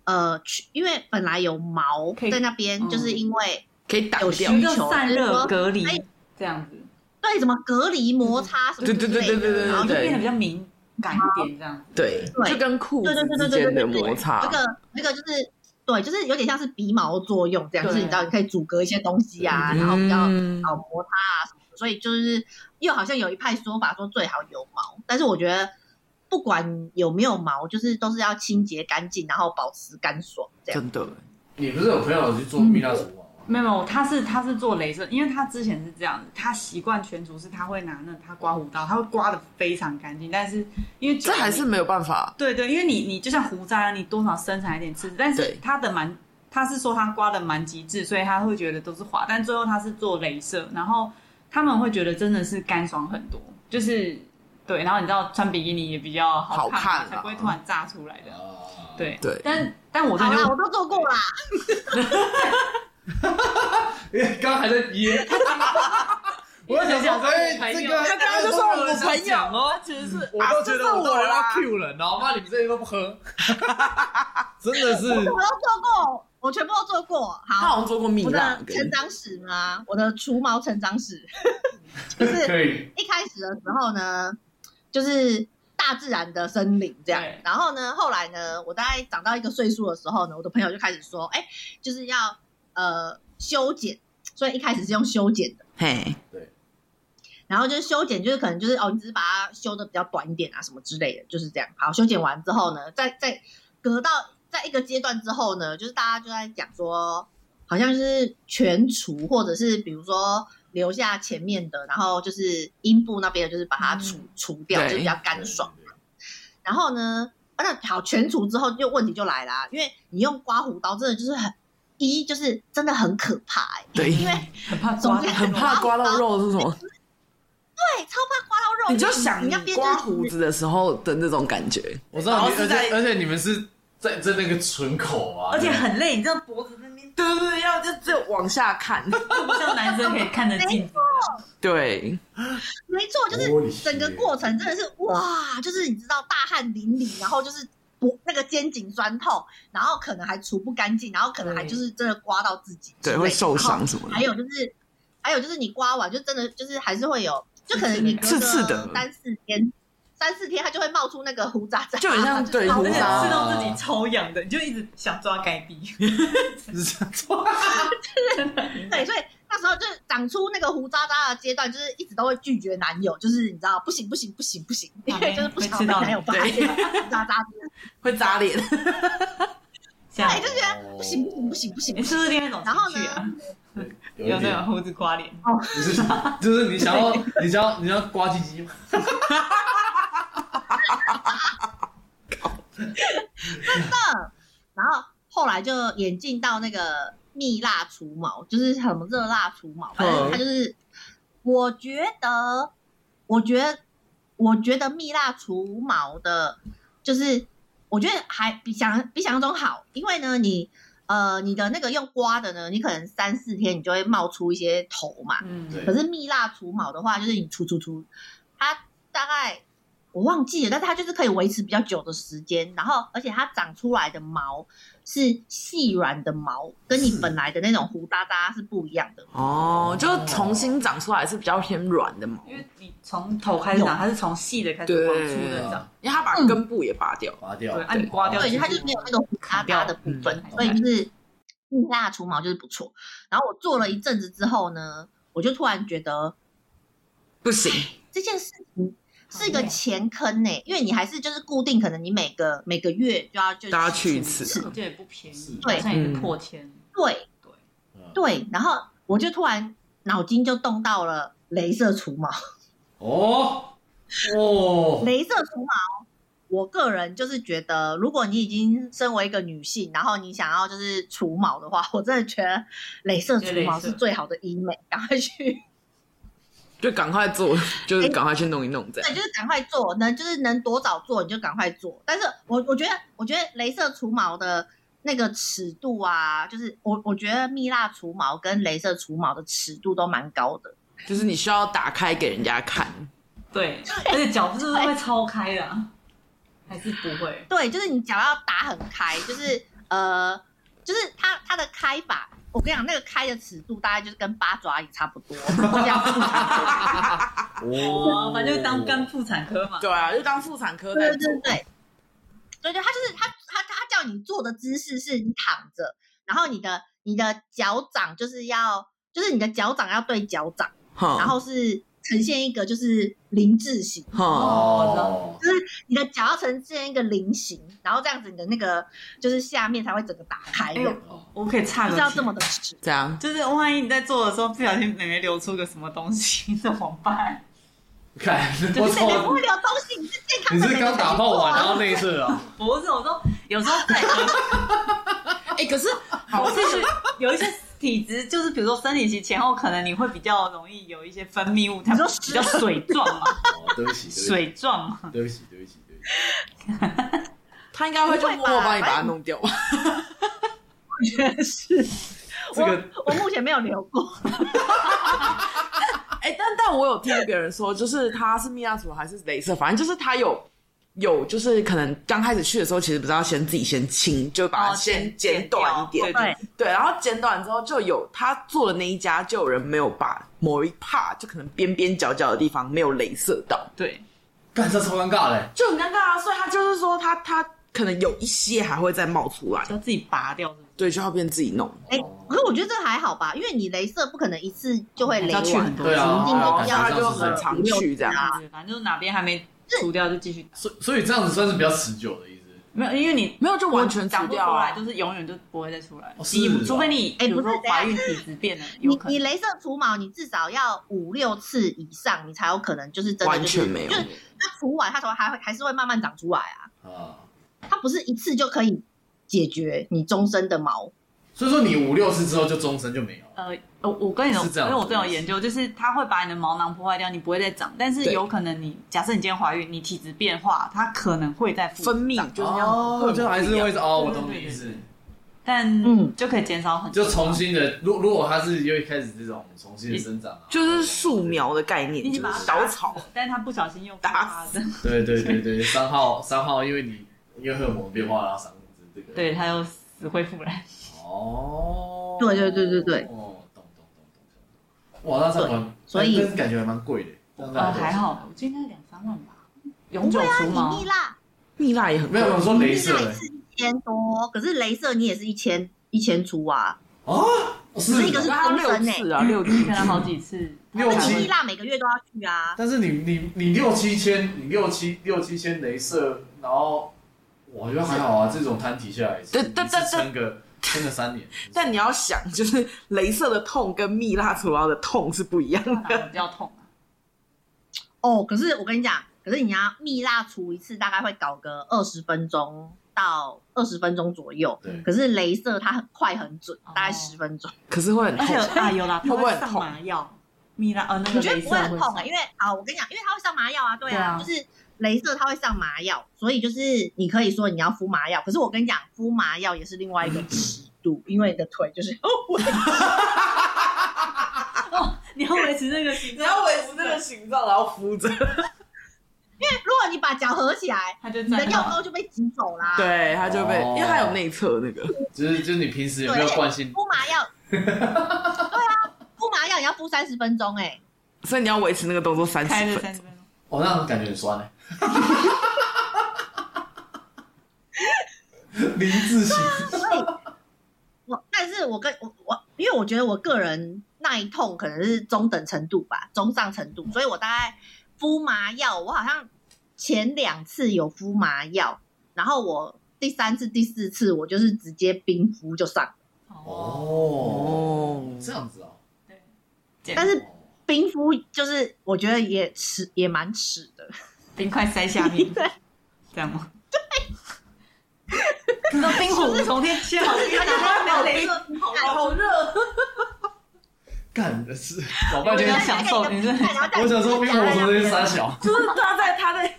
[SPEAKER 1] 呃，去因为本来有毛
[SPEAKER 4] 可以
[SPEAKER 1] 在那边，
[SPEAKER 4] 嗯
[SPEAKER 1] 就是因为
[SPEAKER 2] 可以挡
[SPEAKER 1] 有
[SPEAKER 2] 掉
[SPEAKER 1] 需。
[SPEAKER 4] 一个散热隔离
[SPEAKER 1] 哎
[SPEAKER 4] 这样子，
[SPEAKER 1] 对什么隔离摩擦什么之
[SPEAKER 2] 对
[SPEAKER 1] 类的，
[SPEAKER 2] 对对对对对
[SPEAKER 1] 然
[SPEAKER 4] 然
[SPEAKER 1] 后
[SPEAKER 4] 后
[SPEAKER 1] 就
[SPEAKER 4] 就变得比较敏感一点这样子。
[SPEAKER 2] 对，
[SPEAKER 1] 对
[SPEAKER 2] 就跟裤
[SPEAKER 1] 对对
[SPEAKER 2] 子
[SPEAKER 1] 对
[SPEAKER 2] 之
[SPEAKER 1] 对对对
[SPEAKER 2] 间
[SPEAKER 1] 对
[SPEAKER 2] 的摩
[SPEAKER 1] 那
[SPEAKER 2] 擦，
[SPEAKER 1] 个那个就是对，就是有点像是鼻毛作用这样，就是
[SPEAKER 4] 对
[SPEAKER 1] 你知道你可以阻隔一些东西啊，然后比较
[SPEAKER 2] 嗯，
[SPEAKER 1] 好摩擦啊什么的，所以就是又好像有一派说法说最好有毛，但是我觉得不管有没有毛，就是都是要清洁干净，然后保持干爽这样。
[SPEAKER 2] 真的
[SPEAKER 5] 你不是有朋友去做蜜蜡除毛吗？
[SPEAKER 4] 没有没有，他是他是做镭射，因为他之前是这样子，他习惯全除是他会拿那他刮胡刀，他会刮的非常干净，但是因为
[SPEAKER 2] 这
[SPEAKER 4] 久了
[SPEAKER 2] 还是
[SPEAKER 4] 你
[SPEAKER 2] 没有办法。
[SPEAKER 4] 对对，因为你你就像胡渣一样，你多少生产一点刺，但是
[SPEAKER 2] 对
[SPEAKER 4] 他的蛮他是说他刮的蛮极致，所以他会觉得都是滑，但最后他是做镭射，然后他们会觉得真的是干爽很多，就是对，然后你知道穿比基尼也比较好
[SPEAKER 2] 好
[SPEAKER 4] 看嘛，
[SPEAKER 2] 看啦
[SPEAKER 4] 才不会突然炸出来的，
[SPEAKER 5] 啊，
[SPEAKER 4] 对
[SPEAKER 2] 对
[SPEAKER 4] 但但我真
[SPEAKER 1] 好
[SPEAKER 4] 的
[SPEAKER 1] 啦，
[SPEAKER 4] 就
[SPEAKER 1] 我都做过啦，
[SPEAKER 5] 因为刚刚还在噎， 我在想说，哎、这个
[SPEAKER 4] 他
[SPEAKER 2] 刚刚就说我们朋友
[SPEAKER 5] 讲哦，
[SPEAKER 4] 其实是
[SPEAKER 5] 我都觉
[SPEAKER 2] 这是
[SPEAKER 5] 得我
[SPEAKER 2] 我
[SPEAKER 5] 到底
[SPEAKER 2] 啦
[SPEAKER 5] 要 Q 人，然后妈你们这些都不 喝，真的是
[SPEAKER 1] 我都做过，我全部都做过。
[SPEAKER 2] 他
[SPEAKER 1] 好，
[SPEAKER 2] 好像做过蜜
[SPEAKER 1] 我
[SPEAKER 2] 蜡
[SPEAKER 1] 的，
[SPEAKER 2] 跟
[SPEAKER 1] 成长史呢，我的除毛成长史，就是
[SPEAKER 5] 可以，
[SPEAKER 1] 一开始的时候呢，就是大自然的森林这样
[SPEAKER 4] 对。
[SPEAKER 1] 然后呢，后来呢，我大概长到一个岁数的时候呢，我的朋友就开始说，哎、就是要呃修剪，所以一开始是用修剪的。
[SPEAKER 2] 嘿，
[SPEAKER 1] 然后就是修剪，就是可能就是哦，你只是把它修的比较短一点啊，什么之类的，就是这样。好，修剪完之后呢，再再隔到在一个阶段之后呢，就是大家就在讲说，好像是全除，或者是比如说留下前面的，然后就是阴部那边的，就是把它除、除掉，
[SPEAKER 2] 嗯对
[SPEAKER 1] 就比较干爽。
[SPEAKER 5] 对。对对
[SPEAKER 1] 然后呢，啊那好，全除之后就问题就来啦，因为你用刮胡刀真的就是很一就是真的很可怕、欸，
[SPEAKER 2] 对
[SPEAKER 1] 因为
[SPEAKER 4] 很怕
[SPEAKER 1] 总
[SPEAKER 4] 抓
[SPEAKER 1] 之
[SPEAKER 4] 到，
[SPEAKER 2] 很怕刮到肉是什 么？
[SPEAKER 1] 对超怕刮到肉，
[SPEAKER 2] 你就想
[SPEAKER 1] 你
[SPEAKER 2] 你
[SPEAKER 1] 那边就
[SPEAKER 2] 刮
[SPEAKER 1] 是
[SPEAKER 2] 胡子的时候的那种感觉，
[SPEAKER 5] 我知
[SPEAKER 2] 然
[SPEAKER 5] 道你，
[SPEAKER 2] 后
[SPEAKER 5] 而
[SPEAKER 2] 是在
[SPEAKER 5] 且而且你们是在在那个唇口啊，
[SPEAKER 4] 而且很累，你知道脖子那边
[SPEAKER 2] 对对对，要就只有往下看，
[SPEAKER 4] 就不像男生可以看得进。
[SPEAKER 2] 对，
[SPEAKER 1] 没错，就
[SPEAKER 5] Holy
[SPEAKER 1] 是
[SPEAKER 5] shit
[SPEAKER 2] 欸
[SPEAKER 1] 整个过程真的是哇，就是你知道大汗淋漓，然后就是脖那个肩颈酸痛，然后可能还除不干净，然后可能还就是真的刮到自己之类
[SPEAKER 2] 对
[SPEAKER 1] 的，
[SPEAKER 2] 会受伤
[SPEAKER 1] 然
[SPEAKER 2] 什么
[SPEAKER 1] 后
[SPEAKER 2] 的
[SPEAKER 1] 还。有就是，还有就是你刮完就真的就是还是会有，就可能你隔
[SPEAKER 2] 刺刺的
[SPEAKER 1] 个三四天，三四天它就会冒出那个胡渣渣，
[SPEAKER 2] 就很像对
[SPEAKER 4] 而
[SPEAKER 2] 胡
[SPEAKER 4] 且
[SPEAKER 2] 渣
[SPEAKER 4] 吃到自己超痒的，你就一直想抓该地。
[SPEAKER 1] 对，所以那时候就是长出那个胡渣渣的阶段，就是一直都会拒绝男友，就是你知道不行不行不行不行，因为就是不想被男友发现胡渣渣
[SPEAKER 2] 会扎脸，
[SPEAKER 4] 这样
[SPEAKER 1] 对，就觉得不行不行不行不行
[SPEAKER 4] 你，是不是另外一种情绪
[SPEAKER 1] 然后
[SPEAKER 4] 啊？
[SPEAKER 5] 对 有
[SPEAKER 4] 有
[SPEAKER 5] 一
[SPEAKER 4] 那
[SPEAKER 5] 点
[SPEAKER 4] 种，胡子刮脸，
[SPEAKER 5] 就是就是你想要你想要你想要刮鸡鸡吗？
[SPEAKER 1] 然后后来就演进到那个蜜蜡除毛，就是什么热蜡除毛，反正它就是，我觉得，我觉得，我觉得蜜蜡除毛的，就是我觉得还比想比想象中好，因为呢，你呃你的那个用刮的呢，你可能三四天你就会冒出一些头嘛，
[SPEAKER 4] 嗯，
[SPEAKER 5] 对
[SPEAKER 1] 可是蜜蜡除毛的话，就是你除除除，它大概我忘记了，但是它就是可以维持比较久的时间，然后而且它长出来的毛是细软的毛，跟你本来的那种胡渣渣是不一样的。
[SPEAKER 2] 哦，就是重新长出来是比较偏软的毛，
[SPEAKER 4] 因为你从头开始长，它是从细的开始往粗的长，
[SPEAKER 2] 因为它把根部也拔掉，
[SPEAKER 5] 拔掉
[SPEAKER 4] 对，，按刮掉，
[SPEAKER 2] 嗯
[SPEAKER 4] 哎
[SPEAKER 1] 对，它就是没有那个胡渣渣的部分，所以就是现在的除毛就是不错。然后我做了一阵子之后呢，我就突然觉得
[SPEAKER 2] 不行，
[SPEAKER 1] 这件事情是一个
[SPEAKER 4] 好累
[SPEAKER 1] 钱坑呢、因为你还是就是固定，可能你每个每个月就要就
[SPEAKER 2] 大家去一
[SPEAKER 1] 是
[SPEAKER 2] 次啊
[SPEAKER 4] 这也不便宜，
[SPEAKER 1] 对
[SPEAKER 4] 好像也是破千。
[SPEAKER 1] 对
[SPEAKER 4] 对
[SPEAKER 5] 嗯
[SPEAKER 1] 对，然后我就突然脑筋就动到了镭射除毛，
[SPEAKER 5] 哦哦，
[SPEAKER 1] 镭射除毛。我个人就是觉得，如果你已经身为一个女性，然后你想要就是除毛的话，我真的觉得镭射除毛是最好的医美，赶快去，
[SPEAKER 2] 就赶快做，就是赶快去弄一弄这样
[SPEAKER 1] 对，。就是赶快做，能就是能多早做你就赶快做。但是我我觉得，我觉得镭射除毛的那个尺度啊，就是我我觉得蜜蜡除毛跟镭射除毛的尺度都蛮高的，
[SPEAKER 2] 就是你需要打开给人家看，
[SPEAKER 4] 对，而且脚是不是会超开的啊？还是不会？
[SPEAKER 1] 对，就是你脚要打很开，就是呃，就是它它的开法，我跟你讲，那个开的尺度大概就是跟八爪鱼差不多，这样子
[SPEAKER 4] 哦，反正就当干妇产科嘛。
[SPEAKER 2] 对啊，就当妇产科在
[SPEAKER 1] 对
[SPEAKER 2] 做
[SPEAKER 1] 对对，对对，他就是他他他叫你做的姿势是你躺着，然后你的你的脚掌就是要就是你的脚掌要对脚掌，
[SPEAKER 2] 哼
[SPEAKER 1] 然后是呈现一个就是零字形，
[SPEAKER 2] 哼，
[SPEAKER 4] 哦，我知道。
[SPEAKER 5] 哦，
[SPEAKER 1] 你的脚要呈现一个菱形，然后这样子你的那个就是下面才会整个打开
[SPEAKER 4] 哎
[SPEAKER 1] 的，
[SPEAKER 5] 哦
[SPEAKER 4] 呦，我可以差
[SPEAKER 1] 就
[SPEAKER 4] 个
[SPEAKER 1] 是要
[SPEAKER 4] 题
[SPEAKER 1] 这么的直。
[SPEAKER 2] 这样
[SPEAKER 4] 就是万一你在做的时候不小心美眉流出个什么东西怎么办？
[SPEAKER 5] 看
[SPEAKER 1] 你
[SPEAKER 5] 我
[SPEAKER 1] 妹妹不
[SPEAKER 5] 操，
[SPEAKER 1] 会流东西，你是健康
[SPEAKER 5] 你
[SPEAKER 1] 的
[SPEAKER 5] 是
[SPEAKER 1] 妹妹才
[SPEAKER 5] 刚
[SPEAKER 1] 去
[SPEAKER 5] 打炮
[SPEAKER 1] 做
[SPEAKER 5] 完
[SPEAKER 1] 啊
[SPEAKER 5] 然后内射 啊？
[SPEAKER 4] 不是，我说有时候在 合，
[SPEAKER 2] 哎，可是
[SPEAKER 4] 我是有一些体质，就是比如说生理期前后，可能你会比较容易有一些分泌物，它
[SPEAKER 1] 你说
[SPEAKER 4] 比较水状 嘛，
[SPEAKER 5] 哦，对不起，对
[SPEAKER 4] 水状嘛。
[SPEAKER 5] 不起，对不起，对不起，
[SPEAKER 2] 他应该会就默默帮你把它弄掉吧？
[SPEAKER 5] 这个
[SPEAKER 1] 我我目前没有流过，
[SPEAKER 2] 哎、但但我有听别人说，就是他是蜜蜡除还是镭射，反正就是他有有，就是可能刚开始去的时候，其实不是要先自己先清，就把它
[SPEAKER 4] 哦
[SPEAKER 2] 先
[SPEAKER 4] 剪
[SPEAKER 2] 剪短一点，
[SPEAKER 4] 剪掉
[SPEAKER 1] 对，
[SPEAKER 2] 对，然后剪短之后就有他做的那一家，就有人没有把某一 part 就可能边边角角的地方没有镭射到，
[SPEAKER 4] 对，
[SPEAKER 5] 干这超尴尬嘞，
[SPEAKER 2] 就很尴尬啊。所以他就是说他他可能有一些还会再冒出来，
[SPEAKER 4] 要自己拔掉，是不是？
[SPEAKER 2] 对，就要变自己弄。
[SPEAKER 1] 哎、可是我觉得这还好吧，因为你镭射不可能一次就会
[SPEAKER 4] 还是要
[SPEAKER 1] 镭
[SPEAKER 4] 去
[SPEAKER 1] 完
[SPEAKER 4] 很，多
[SPEAKER 5] 对
[SPEAKER 4] 次
[SPEAKER 5] 啊，
[SPEAKER 1] 一定都
[SPEAKER 5] 感觉
[SPEAKER 1] 要
[SPEAKER 5] 上
[SPEAKER 2] 他
[SPEAKER 5] 是
[SPEAKER 2] 就很
[SPEAKER 5] 这样
[SPEAKER 2] 常去这样。
[SPEAKER 4] 啊反正就是哪边还没除掉就继续打，
[SPEAKER 5] 所以所以这样子算是比较持久的意思。
[SPEAKER 4] 没有，因为你
[SPEAKER 2] 没有就完全
[SPEAKER 4] 长
[SPEAKER 2] 除
[SPEAKER 4] 不出
[SPEAKER 2] 掉啊
[SPEAKER 4] 来，就是永远就不会再出来
[SPEAKER 5] 哦。是
[SPEAKER 4] 你
[SPEAKER 5] 哦
[SPEAKER 4] 除非你，
[SPEAKER 1] 哎
[SPEAKER 4] 比
[SPEAKER 1] 不是
[SPEAKER 4] 如说
[SPEAKER 1] 这样
[SPEAKER 4] 怀孕体质变了，
[SPEAKER 1] 你
[SPEAKER 4] 有可
[SPEAKER 1] 你
[SPEAKER 4] 能。
[SPEAKER 1] 镭射除毛，你至少要五六次以上，你才有可能就是真的、就是、
[SPEAKER 2] 完全没有
[SPEAKER 1] 就是它除完，它头还会还是会慢慢长出来啊，
[SPEAKER 5] 啊，
[SPEAKER 1] 它不是一次就可以解决你终身的毛。
[SPEAKER 5] 所以说你五六次之后就终身就没有了。
[SPEAKER 4] 呃，我我跟你有，
[SPEAKER 5] 是这样
[SPEAKER 4] 因为我这种研究，就是它会把你的毛囊破坏掉，你不会再长，但是
[SPEAKER 2] 对
[SPEAKER 4] 有可能你假设你今天怀孕，你体质变化，它可能会再复
[SPEAKER 2] 分泌
[SPEAKER 4] 长
[SPEAKER 2] 就是要
[SPEAKER 5] 哦，就还是会哦，我懂
[SPEAKER 4] 对
[SPEAKER 5] 你意思，
[SPEAKER 4] 但
[SPEAKER 1] 嗯
[SPEAKER 4] 就可以减少很多。
[SPEAKER 5] 就重新的，如如果它是又开始这种重新的生长啊，
[SPEAKER 2] 就是树苗的概念，
[SPEAKER 4] 你已经
[SPEAKER 2] 就
[SPEAKER 4] 把
[SPEAKER 2] 是
[SPEAKER 4] 它
[SPEAKER 2] 小
[SPEAKER 4] 打死
[SPEAKER 2] 草
[SPEAKER 4] 了，但是它不小心又
[SPEAKER 2] 打
[SPEAKER 4] 死，
[SPEAKER 5] 对对对对， 三号三号，因为你因为荷尔蒙变化啦，嗓子这个
[SPEAKER 4] 对，它又死灰复燃。
[SPEAKER 5] 哦，
[SPEAKER 1] 对对对对对
[SPEAKER 5] 哦，懂懂懂懂懂，哇，那这样蛮，
[SPEAKER 1] 所以哦
[SPEAKER 5] 但是感觉还蛮贵的，这样子
[SPEAKER 4] 呃，还好，我记得应该两三万吧。永久
[SPEAKER 1] 对啊，
[SPEAKER 4] 除
[SPEAKER 1] 你
[SPEAKER 4] 毛
[SPEAKER 1] 蜜，蜡
[SPEAKER 2] 蜜蜡也很
[SPEAKER 5] 没有没有我说
[SPEAKER 1] 蜜
[SPEAKER 5] 镭射
[SPEAKER 1] 蜡一
[SPEAKER 5] 欸
[SPEAKER 1] 次一千多，可是镭射你也是一千一千出啊，
[SPEAKER 5] 哦，
[SPEAKER 1] 只是
[SPEAKER 5] 是
[SPEAKER 1] 一个是
[SPEAKER 2] 它
[SPEAKER 1] 终
[SPEAKER 2] 六
[SPEAKER 1] 身呢、
[SPEAKER 2] 次啊，六次
[SPEAKER 4] 看了好几次，
[SPEAKER 5] 六
[SPEAKER 1] 那
[SPEAKER 5] 七
[SPEAKER 1] 蜜蜡每个月都要去啊。
[SPEAKER 5] 但是你你你六七千，你六七六七千镭射，然后我觉得还好啊，这种摊提下来，
[SPEAKER 2] 对对
[SPEAKER 5] 但
[SPEAKER 2] 对
[SPEAKER 5] 但撑个撑个三年，
[SPEAKER 2] 但你要想，就是镭射的痛跟蜜蜡除毛的痛是不一样
[SPEAKER 4] 它打
[SPEAKER 2] 的。
[SPEAKER 4] 得比较痛啊。
[SPEAKER 1] 哦，可是我跟你讲，可是你要蜜蜡除一次，大概会搞个二十分钟到二十分钟左右。
[SPEAKER 5] 对
[SPEAKER 1] 可是镭射它很快很准
[SPEAKER 4] 哦，
[SPEAKER 1] 大概十分钟。
[SPEAKER 2] 可是会很
[SPEAKER 4] 而且
[SPEAKER 2] 痛，
[SPEAKER 4] 啊，有啦，它
[SPEAKER 2] 会不会很
[SPEAKER 4] 上
[SPEAKER 2] 痛
[SPEAKER 4] 麻药，蜜蜡呃那
[SPEAKER 1] 我
[SPEAKER 4] 个
[SPEAKER 1] 觉得
[SPEAKER 4] 镭
[SPEAKER 1] 不
[SPEAKER 4] 射
[SPEAKER 1] 会很痛
[SPEAKER 4] 上
[SPEAKER 1] 啊、因为啊，我跟你讲，因为它会上麻药啊，对啊，
[SPEAKER 4] 对啊
[SPEAKER 1] 就是镭射它会上麻药，所以就是你可以说你要敷麻药，可是我跟你讲，敷麻药也是另外一个尺度，因为你的腿就是哦，我
[SPEAKER 4] 你要维持那个形
[SPEAKER 2] 你
[SPEAKER 4] 状，
[SPEAKER 2] 要维持那个形状，然后扶着。
[SPEAKER 1] 如果你把脚合起来，
[SPEAKER 4] 它就
[SPEAKER 1] 你的
[SPEAKER 4] 站
[SPEAKER 1] 药
[SPEAKER 4] 到
[SPEAKER 1] 膏就被挤走啦。，
[SPEAKER 2] 对，它就被
[SPEAKER 5] 哦，
[SPEAKER 2] 因为它有内侧那个，
[SPEAKER 5] 就是就是你平时有没有惯性？
[SPEAKER 1] 敷麻药，对啊，敷麻药你要敷三十分钟哎、
[SPEAKER 2] 所以你要维持那个动作三
[SPEAKER 4] 开
[SPEAKER 2] 十
[SPEAKER 4] 了
[SPEAKER 2] 分
[SPEAKER 4] 三。十分钟。
[SPEAKER 5] 哦，那种感觉很酸呢。林志行，
[SPEAKER 1] 所以我但是我跟我我，因为我觉得我个人耐痛可能是中等程度吧，中上程度，所以我大概敷麻药，我好像前两次有敷麻药，然后我第三次、第四次我就是直接冰敷就上，
[SPEAKER 4] 哦，
[SPEAKER 5] 哦，
[SPEAKER 2] 哦，
[SPEAKER 5] 这样子哦。
[SPEAKER 4] 对，
[SPEAKER 1] 但是冰敷就是我觉得也迟也蛮迟的，
[SPEAKER 4] 冰块塞下面，这样吗？对，那冰火五重天，幸好
[SPEAKER 1] 而且它没有镭射
[SPEAKER 4] 好热，
[SPEAKER 5] 干的是老半天
[SPEAKER 4] 我，想受你是很
[SPEAKER 5] 我想说，因为我说那些三小，
[SPEAKER 2] 就是他在他在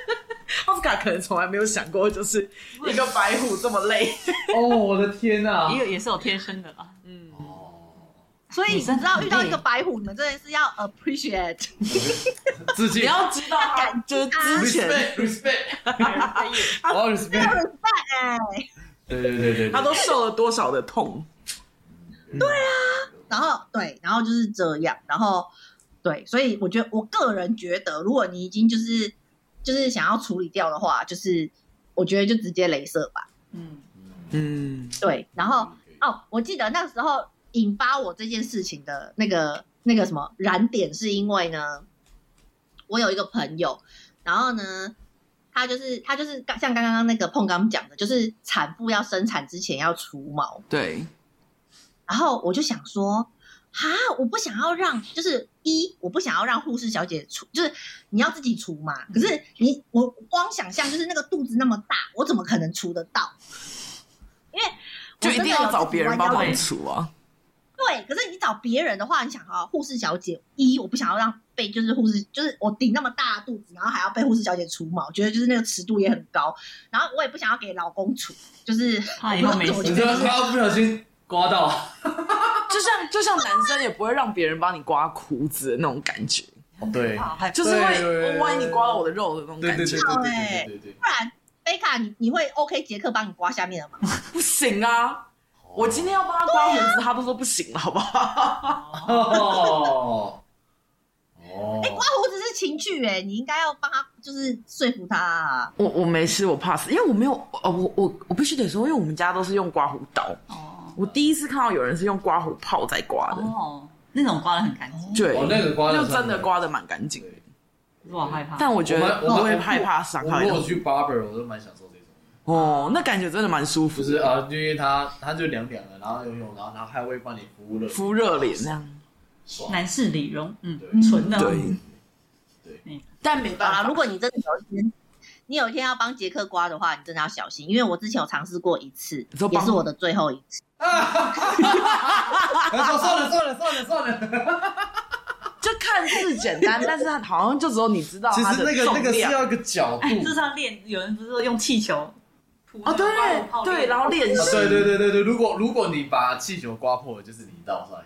[SPEAKER 2] 奥斯卡可能从来没有想过，就是一个白虎这么累。
[SPEAKER 5] 哦，我的天呐！
[SPEAKER 4] 也有也是有天生的啦。
[SPEAKER 2] 嗯，
[SPEAKER 5] 哦，
[SPEAKER 1] 所以
[SPEAKER 4] 女
[SPEAKER 1] 你
[SPEAKER 4] 生
[SPEAKER 1] 知道遇到
[SPEAKER 4] 很累
[SPEAKER 1] 一个白虎，你们真的 是要 appreciate。
[SPEAKER 5] 致敬
[SPEAKER 2] 你要知道他 就是之前
[SPEAKER 5] ，respect respect，我要 respect，
[SPEAKER 1] 很棒哎、
[SPEAKER 5] 对对对对，
[SPEAKER 2] 他都受了多少的痛。
[SPEAKER 5] 对啊，
[SPEAKER 1] 然后对，然后就是这样，然后对，所以我觉得我个人觉得，如果你已经就是就是想要处理掉的话，就是我觉得就直接镭射吧。
[SPEAKER 4] 嗯，
[SPEAKER 2] 嗯，
[SPEAKER 1] 对，然后哦，我记得那时候引发我这件事情的那个那个什么燃点，是因为呢，我有一个朋友，然后呢，他就是他就是刚像刚刚那个碰刚讲的，就是产妇要生产之前要除毛，
[SPEAKER 2] 对，
[SPEAKER 1] 然后我就想说，哈，我不想要让，就是一，我不想要让护士小姐除，就是你要自己除嘛。可是你，我光想象就是那个肚子那么大，我怎么可能除得到？因为我
[SPEAKER 2] 就一定
[SPEAKER 1] 真的
[SPEAKER 2] 要
[SPEAKER 1] 有
[SPEAKER 2] 找
[SPEAKER 1] 自己
[SPEAKER 2] 别人
[SPEAKER 1] 弯
[SPEAKER 2] 帮
[SPEAKER 1] 腰
[SPEAKER 2] 忙
[SPEAKER 1] 的
[SPEAKER 2] 除啊。
[SPEAKER 1] 对，可是你找别人的话，你想啊，护士小姐，一我不想要让被就是护士，就是我顶那么大的肚子，然后还要被护士小姐除毛，觉得就是那个尺度也很高。然后我也不想要给老公除，就是
[SPEAKER 4] 怕以后 没
[SPEAKER 1] 我
[SPEAKER 5] 你
[SPEAKER 1] 觉
[SPEAKER 5] 这
[SPEAKER 1] 得
[SPEAKER 5] 样他不小心刮到，
[SPEAKER 2] 就像就像男生也不会让别人帮你刮胡子的那种感觉，
[SPEAKER 5] 对，
[SPEAKER 2] 就是
[SPEAKER 5] 对对对
[SPEAKER 2] 会万一你刮到我的肉的那种
[SPEAKER 5] 对
[SPEAKER 2] 感
[SPEAKER 5] 对对
[SPEAKER 2] 觉
[SPEAKER 5] 对，对对对
[SPEAKER 1] 不然贝卡，你你会 OK 杰克帮你刮下面的吗？
[SPEAKER 2] 不行啊！我今天要帮他刮胡子，他都说不行了，好不好？
[SPEAKER 5] 哦哦，
[SPEAKER 1] 刮胡子是情趣哎、你应该要帮他，就是说服他、啊。
[SPEAKER 2] 我我没事，我怕死，因为我没有哦，我我我必须得说，因为我们家都是用刮胡刀，
[SPEAKER 4] 哦
[SPEAKER 2] 我第一次看到有人是用刮胡泡在刮的，
[SPEAKER 4] 哦，那种刮的很干净，
[SPEAKER 2] 对，
[SPEAKER 5] 哦那个刮得
[SPEAKER 2] 就
[SPEAKER 5] 算
[SPEAKER 2] 真的刮的蛮干净的，
[SPEAKER 4] 可是我好害怕。
[SPEAKER 2] 但我觉得
[SPEAKER 5] 我蛮我蛮
[SPEAKER 2] 会害怕伤
[SPEAKER 5] 我
[SPEAKER 2] 害
[SPEAKER 5] 如
[SPEAKER 2] 到
[SPEAKER 5] 果去 barber，我都蛮享受这种，
[SPEAKER 2] 哦，那感觉真的蛮舒服
[SPEAKER 5] 就，是啊，因为他他就凉凉的，然后游泳，然后他还会帮你敷热，哎
[SPEAKER 2] 敷热脸那样，
[SPEAKER 5] 爽，
[SPEAKER 4] 男士理容，嗯，
[SPEAKER 5] 对
[SPEAKER 4] 纯的，
[SPEAKER 2] 对
[SPEAKER 5] 对，
[SPEAKER 2] 但没办
[SPEAKER 1] 啊，
[SPEAKER 2] 法，
[SPEAKER 1] 如果你真的有一天，你有一天要帮杰克刮的话，你真的要小心，因为我之前有尝试过一次
[SPEAKER 2] 你说，
[SPEAKER 1] 也
[SPEAKER 2] 帮
[SPEAKER 1] 是我的最后一次。
[SPEAKER 5] 他说算了算了算了算了，
[SPEAKER 2] 就看似简单，但是它好像就只有你知道
[SPEAKER 5] 其
[SPEAKER 2] 它
[SPEAKER 5] 实
[SPEAKER 2] 的
[SPEAKER 5] 那个
[SPEAKER 2] 重
[SPEAKER 5] 那个是
[SPEAKER 2] 量
[SPEAKER 5] 要一个角度
[SPEAKER 4] 哎，，这是要练，有人不是说用气球涂
[SPEAKER 2] 哦，
[SPEAKER 4] 那
[SPEAKER 2] 对
[SPEAKER 4] 个刮胡泡
[SPEAKER 2] 对，
[SPEAKER 4] 练
[SPEAKER 2] 然后练习，
[SPEAKER 5] 对对对对对，如果如果你把气球刮破了，就是你一道菜。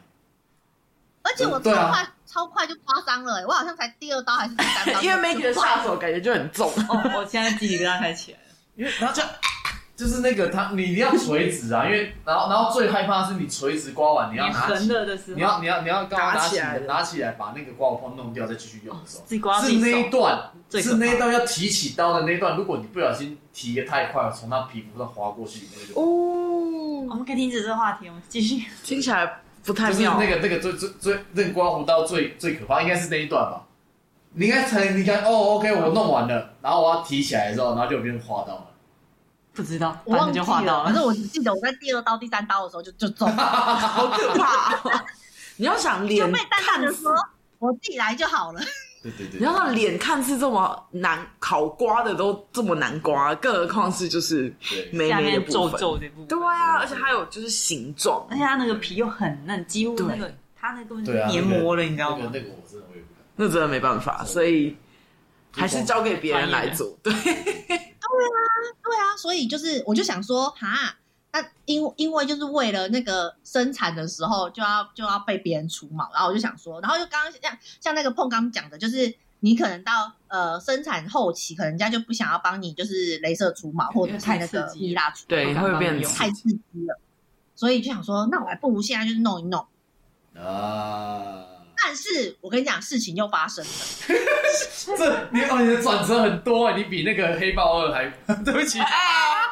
[SPEAKER 1] 而且我超
[SPEAKER 5] 对啊
[SPEAKER 1] 快、超快就刮伤了、欸，我好像才第二刀还是第三 刀，
[SPEAKER 2] 因为 Make 的下手感觉就很重，
[SPEAKER 4] 哦，我现在鸡皮疙瘩开始起来了。
[SPEAKER 5] 因为然后就就是那个他，你一定要垂直啊，因为然后然后最害怕的是你垂直刮完，你要
[SPEAKER 4] 你
[SPEAKER 5] 拿
[SPEAKER 4] 横
[SPEAKER 5] 起，
[SPEAKER 4] 了的时候，
[SPEAKER 5] 你要你要你要刚好拿起
[SPEAKER 2] 拿起来
[SPEAKER 5] 来，
[SPEAKER 2] 的
[SPEAKER 5] 拿起来把那个刮泡弄掉，再继续用的时候，
[SPEAKER 4] 自己刮到
[SPEAKER 5] 是
[SPEAKER 4] 自
[SPEAKER 5] 那
[SPEAKER 4] 己
[SPEAKER 5] 一
[SPEAKER 4] 手，
[SPEAKER 5] 段，
[SPEAKER 4] 最可怕
[SPEAKER 5] 是那一段要提起刀的那一段，如果你不小心提的太快，从他皮肤上划过去，那个就
[SPEAKER 4] 我
[SPEAKER 2] 哦，
[SPEAKER 4] 们可以停止这个话题，我们继续。
[SPEAKER 2] 听起来不太
[SPEAKER 5] 就是
[SPEAKER 2] 妙
[SPEAKER 5] 那。个那个最最最那个刮胡刀最最可怕，应该是那一段吧。你应该才你看哦，OK，我弄完了，然后我要提起来的时候，然后就变成划刀了。
[SPEAKER 4] 不知道，
[SPEAKER 1] 我
[SPEAKER 4] 反
[SPEAKER 1] 忘
[SPEAKER 4] 正
[SPEAKER 1] 记
[SPEAKER 4] 就画到
[SPEAKER 1] 了，可是我只记得我在第二刀、第三刀的时候就就中了，
[SPEAKER 2] 好可怕、 哦！你要想
[SPEAKER 1] 就
[SPEAKER 2] 脸
[SPEAKER 1] 被淡淡
[SPEAKER 2] 看
[SPEAKER 1] 的
[SPEAKER 2] 似
[SPEAKER 1] 说，我自己来就好了。
[SPEAKER 5] 对对对，
[SPEAKER 2] 你要让脸看似这么难烤刮的都这么难刮，更何况是就是
[SPEAKER 5] 对
[SPEAKER 2] 美
[SPEAKER 4] 下
[SPEAKER 2] 眉的
[SPEAKER 4] 面皱
[SPEAKER 2] 部分。
[SPEAKER 4] 皱这哎部分。
[SPEAKER 2] 对啊，而且还有就是形状
[SPEAKER 4] 而，且它那个皮又很嫩，几乎那个它那根本就
[SPEAKER 5] 对啊，
[SPEAKER 4] 黏膜了，你知道
[SPEAKER 5] 那
[SPEAKER 4] 吗
[SPEAKER 5] 个？那个我真的我也不敢。
[SPEAKER 2] 那真的没办法，所以还是交给别人来做。对，
[SPEAKER 1] 对啊，所以就是我就想说，哈，那因因为就是为了那个生产的时候就要就要被别人除毛，然后我就想说，然后就刚刚像像那个碰刚讲的，就是你可能到呃生产后期，可能人家就不想要帮你就是镭射除毛或者是那
[SPEAKER 4] 因
[SPEAKER 1] 个
[SPEAKER 4] 为太刺激了
[SPEAKER 1] 蜜蜡除，
[SPEAKER 2] 对会变
[SPEAKER 4] 有
[SPEAKER 1] 太刺激了，所以就想说，那我还不如现在就是弄一弄。
[SPEAKER 5] 啊，
[SPEAKER 1] 但是我跟你讲，事情又发生了，
[SPEAKER 5] 这你哦，你的转 折很多啊，你比那个黑豹二还，对不起，
[SPEAKER 2] 哎，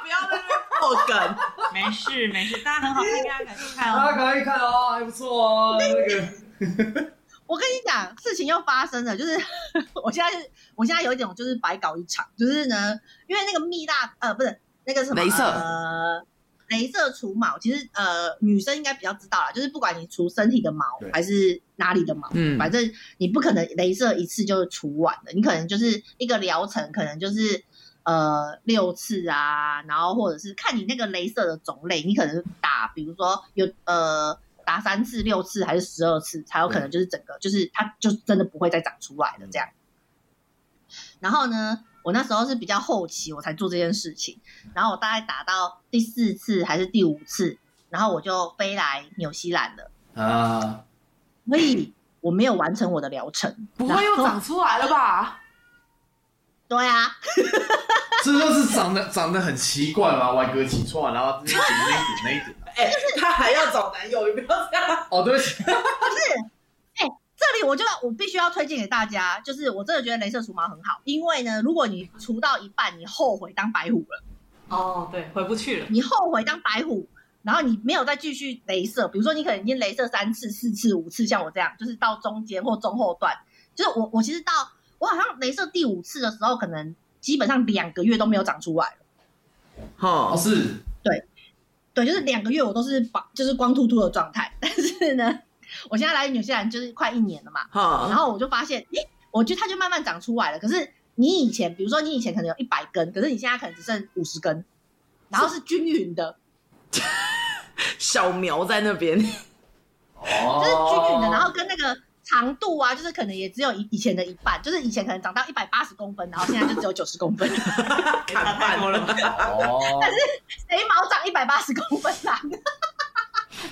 [SPEAKER 2] 不要在那边破梗，
[SPEAKER 4] 没事没事，大家很好看，大家赶去
[SPEAKER 5] 大家
[SPEAKER 4] 看哦。
[SPEAKER 5] 赶快看哦，还不错哦，那个
[SPEAKER 1] 我跟你讲，事情又发生了，就是 我现在是，我现在有一种就是白搞一场，就是呢，因为那个蜜蜡呃不是那个什么
[SPEAKER 2] 镭射
[SPEAKER 1] 呃镭射除毛，其实呃女生应该比较知道啦，就是不管你除身体的毛
[SPEAKER 5] 对
[SPEAKER 1] 还是哪里的毛，
[SPEAKER 2] 嗯
[SPEAKER 1] 反正你不可能镭射一次就除完的，你可能就是一个疗程，可能就是。呃，六次啊，然后或者是看你那个镭射的种类，你可能打，比如说有呃打三次、六次还是十二次，才有可能就是整个就是它就真的不会再长出来的这样。然后呢，我那时候是比较后期我才做这件事情，然后我大概打到第四次还是第五次，然后我就飞来纽西兰了，
[SPEAKER 5] 啊，
[SPEAKER 1] 所以我没有完成我的疗程。
[SPEAKER 2] 不会又
[SPEAKER 1] 然后
[SPEAKER 2] 长出来了吧？
[SPEAKER 1] 对啊，
[SPEAKER 5] 这就是长得长得很奇怪嘛，歪哥起错，然后这一点那一点那一点，
[SPEAKER 2] 哎、她还要找男友，你不要这 样。
[SPEAKER 5] 哦，对不起，
[SPEAKER 1] 这里我就要我必须要推荐给大家，就是我真的觉得镭射除毛很好，因为呢，如果你除到一半，你后悔当白虎了。
[SPEAKER 4] 哦，对，回不去了。
[SPEAKER 1] 你后悔当白虎，然后你没有再继续镭射，比如说你可能已经镭射三次、四次、五次，像我这样，就是到中间或中后段，就是我我其实到我好像镭射第五次的时候，可能基本上两个月都没有长出来了。
[SPEAKER 5] 哦
[SPEAKER 2] 哦，
[SPEAKER 5] 是
[SPEAKER 1] 对，就是两个月我都是把就是光秃秃的状态，但是呢，我现在来纽西兰就是快一年了嘛，哦然
[SPEAKER 2] 哈，
[SPEAKER 1] 后我就发现，诶，我觉得它就慢慢长出来了。可是你以前，比如说你以前可能有一百根，可是你现在可能只剩五十根，然后是均匀的，
[SPEAKER 2] 小苗在那 边，
[SPEAKER 5] 哦，
[SPEAKER 1] 就是均匀的，然后跟那个长度啊，就是可能也只有以以前的一半，就是以前可能长到一百八十公分，然后现在就只有九十公分，谁
[SPEAKER 2] 看
[SPEAKER 4] 太多了吧，
[SPEAKER 5] 哦，
[SPEAKER 1] 毛长一百八十公分啊？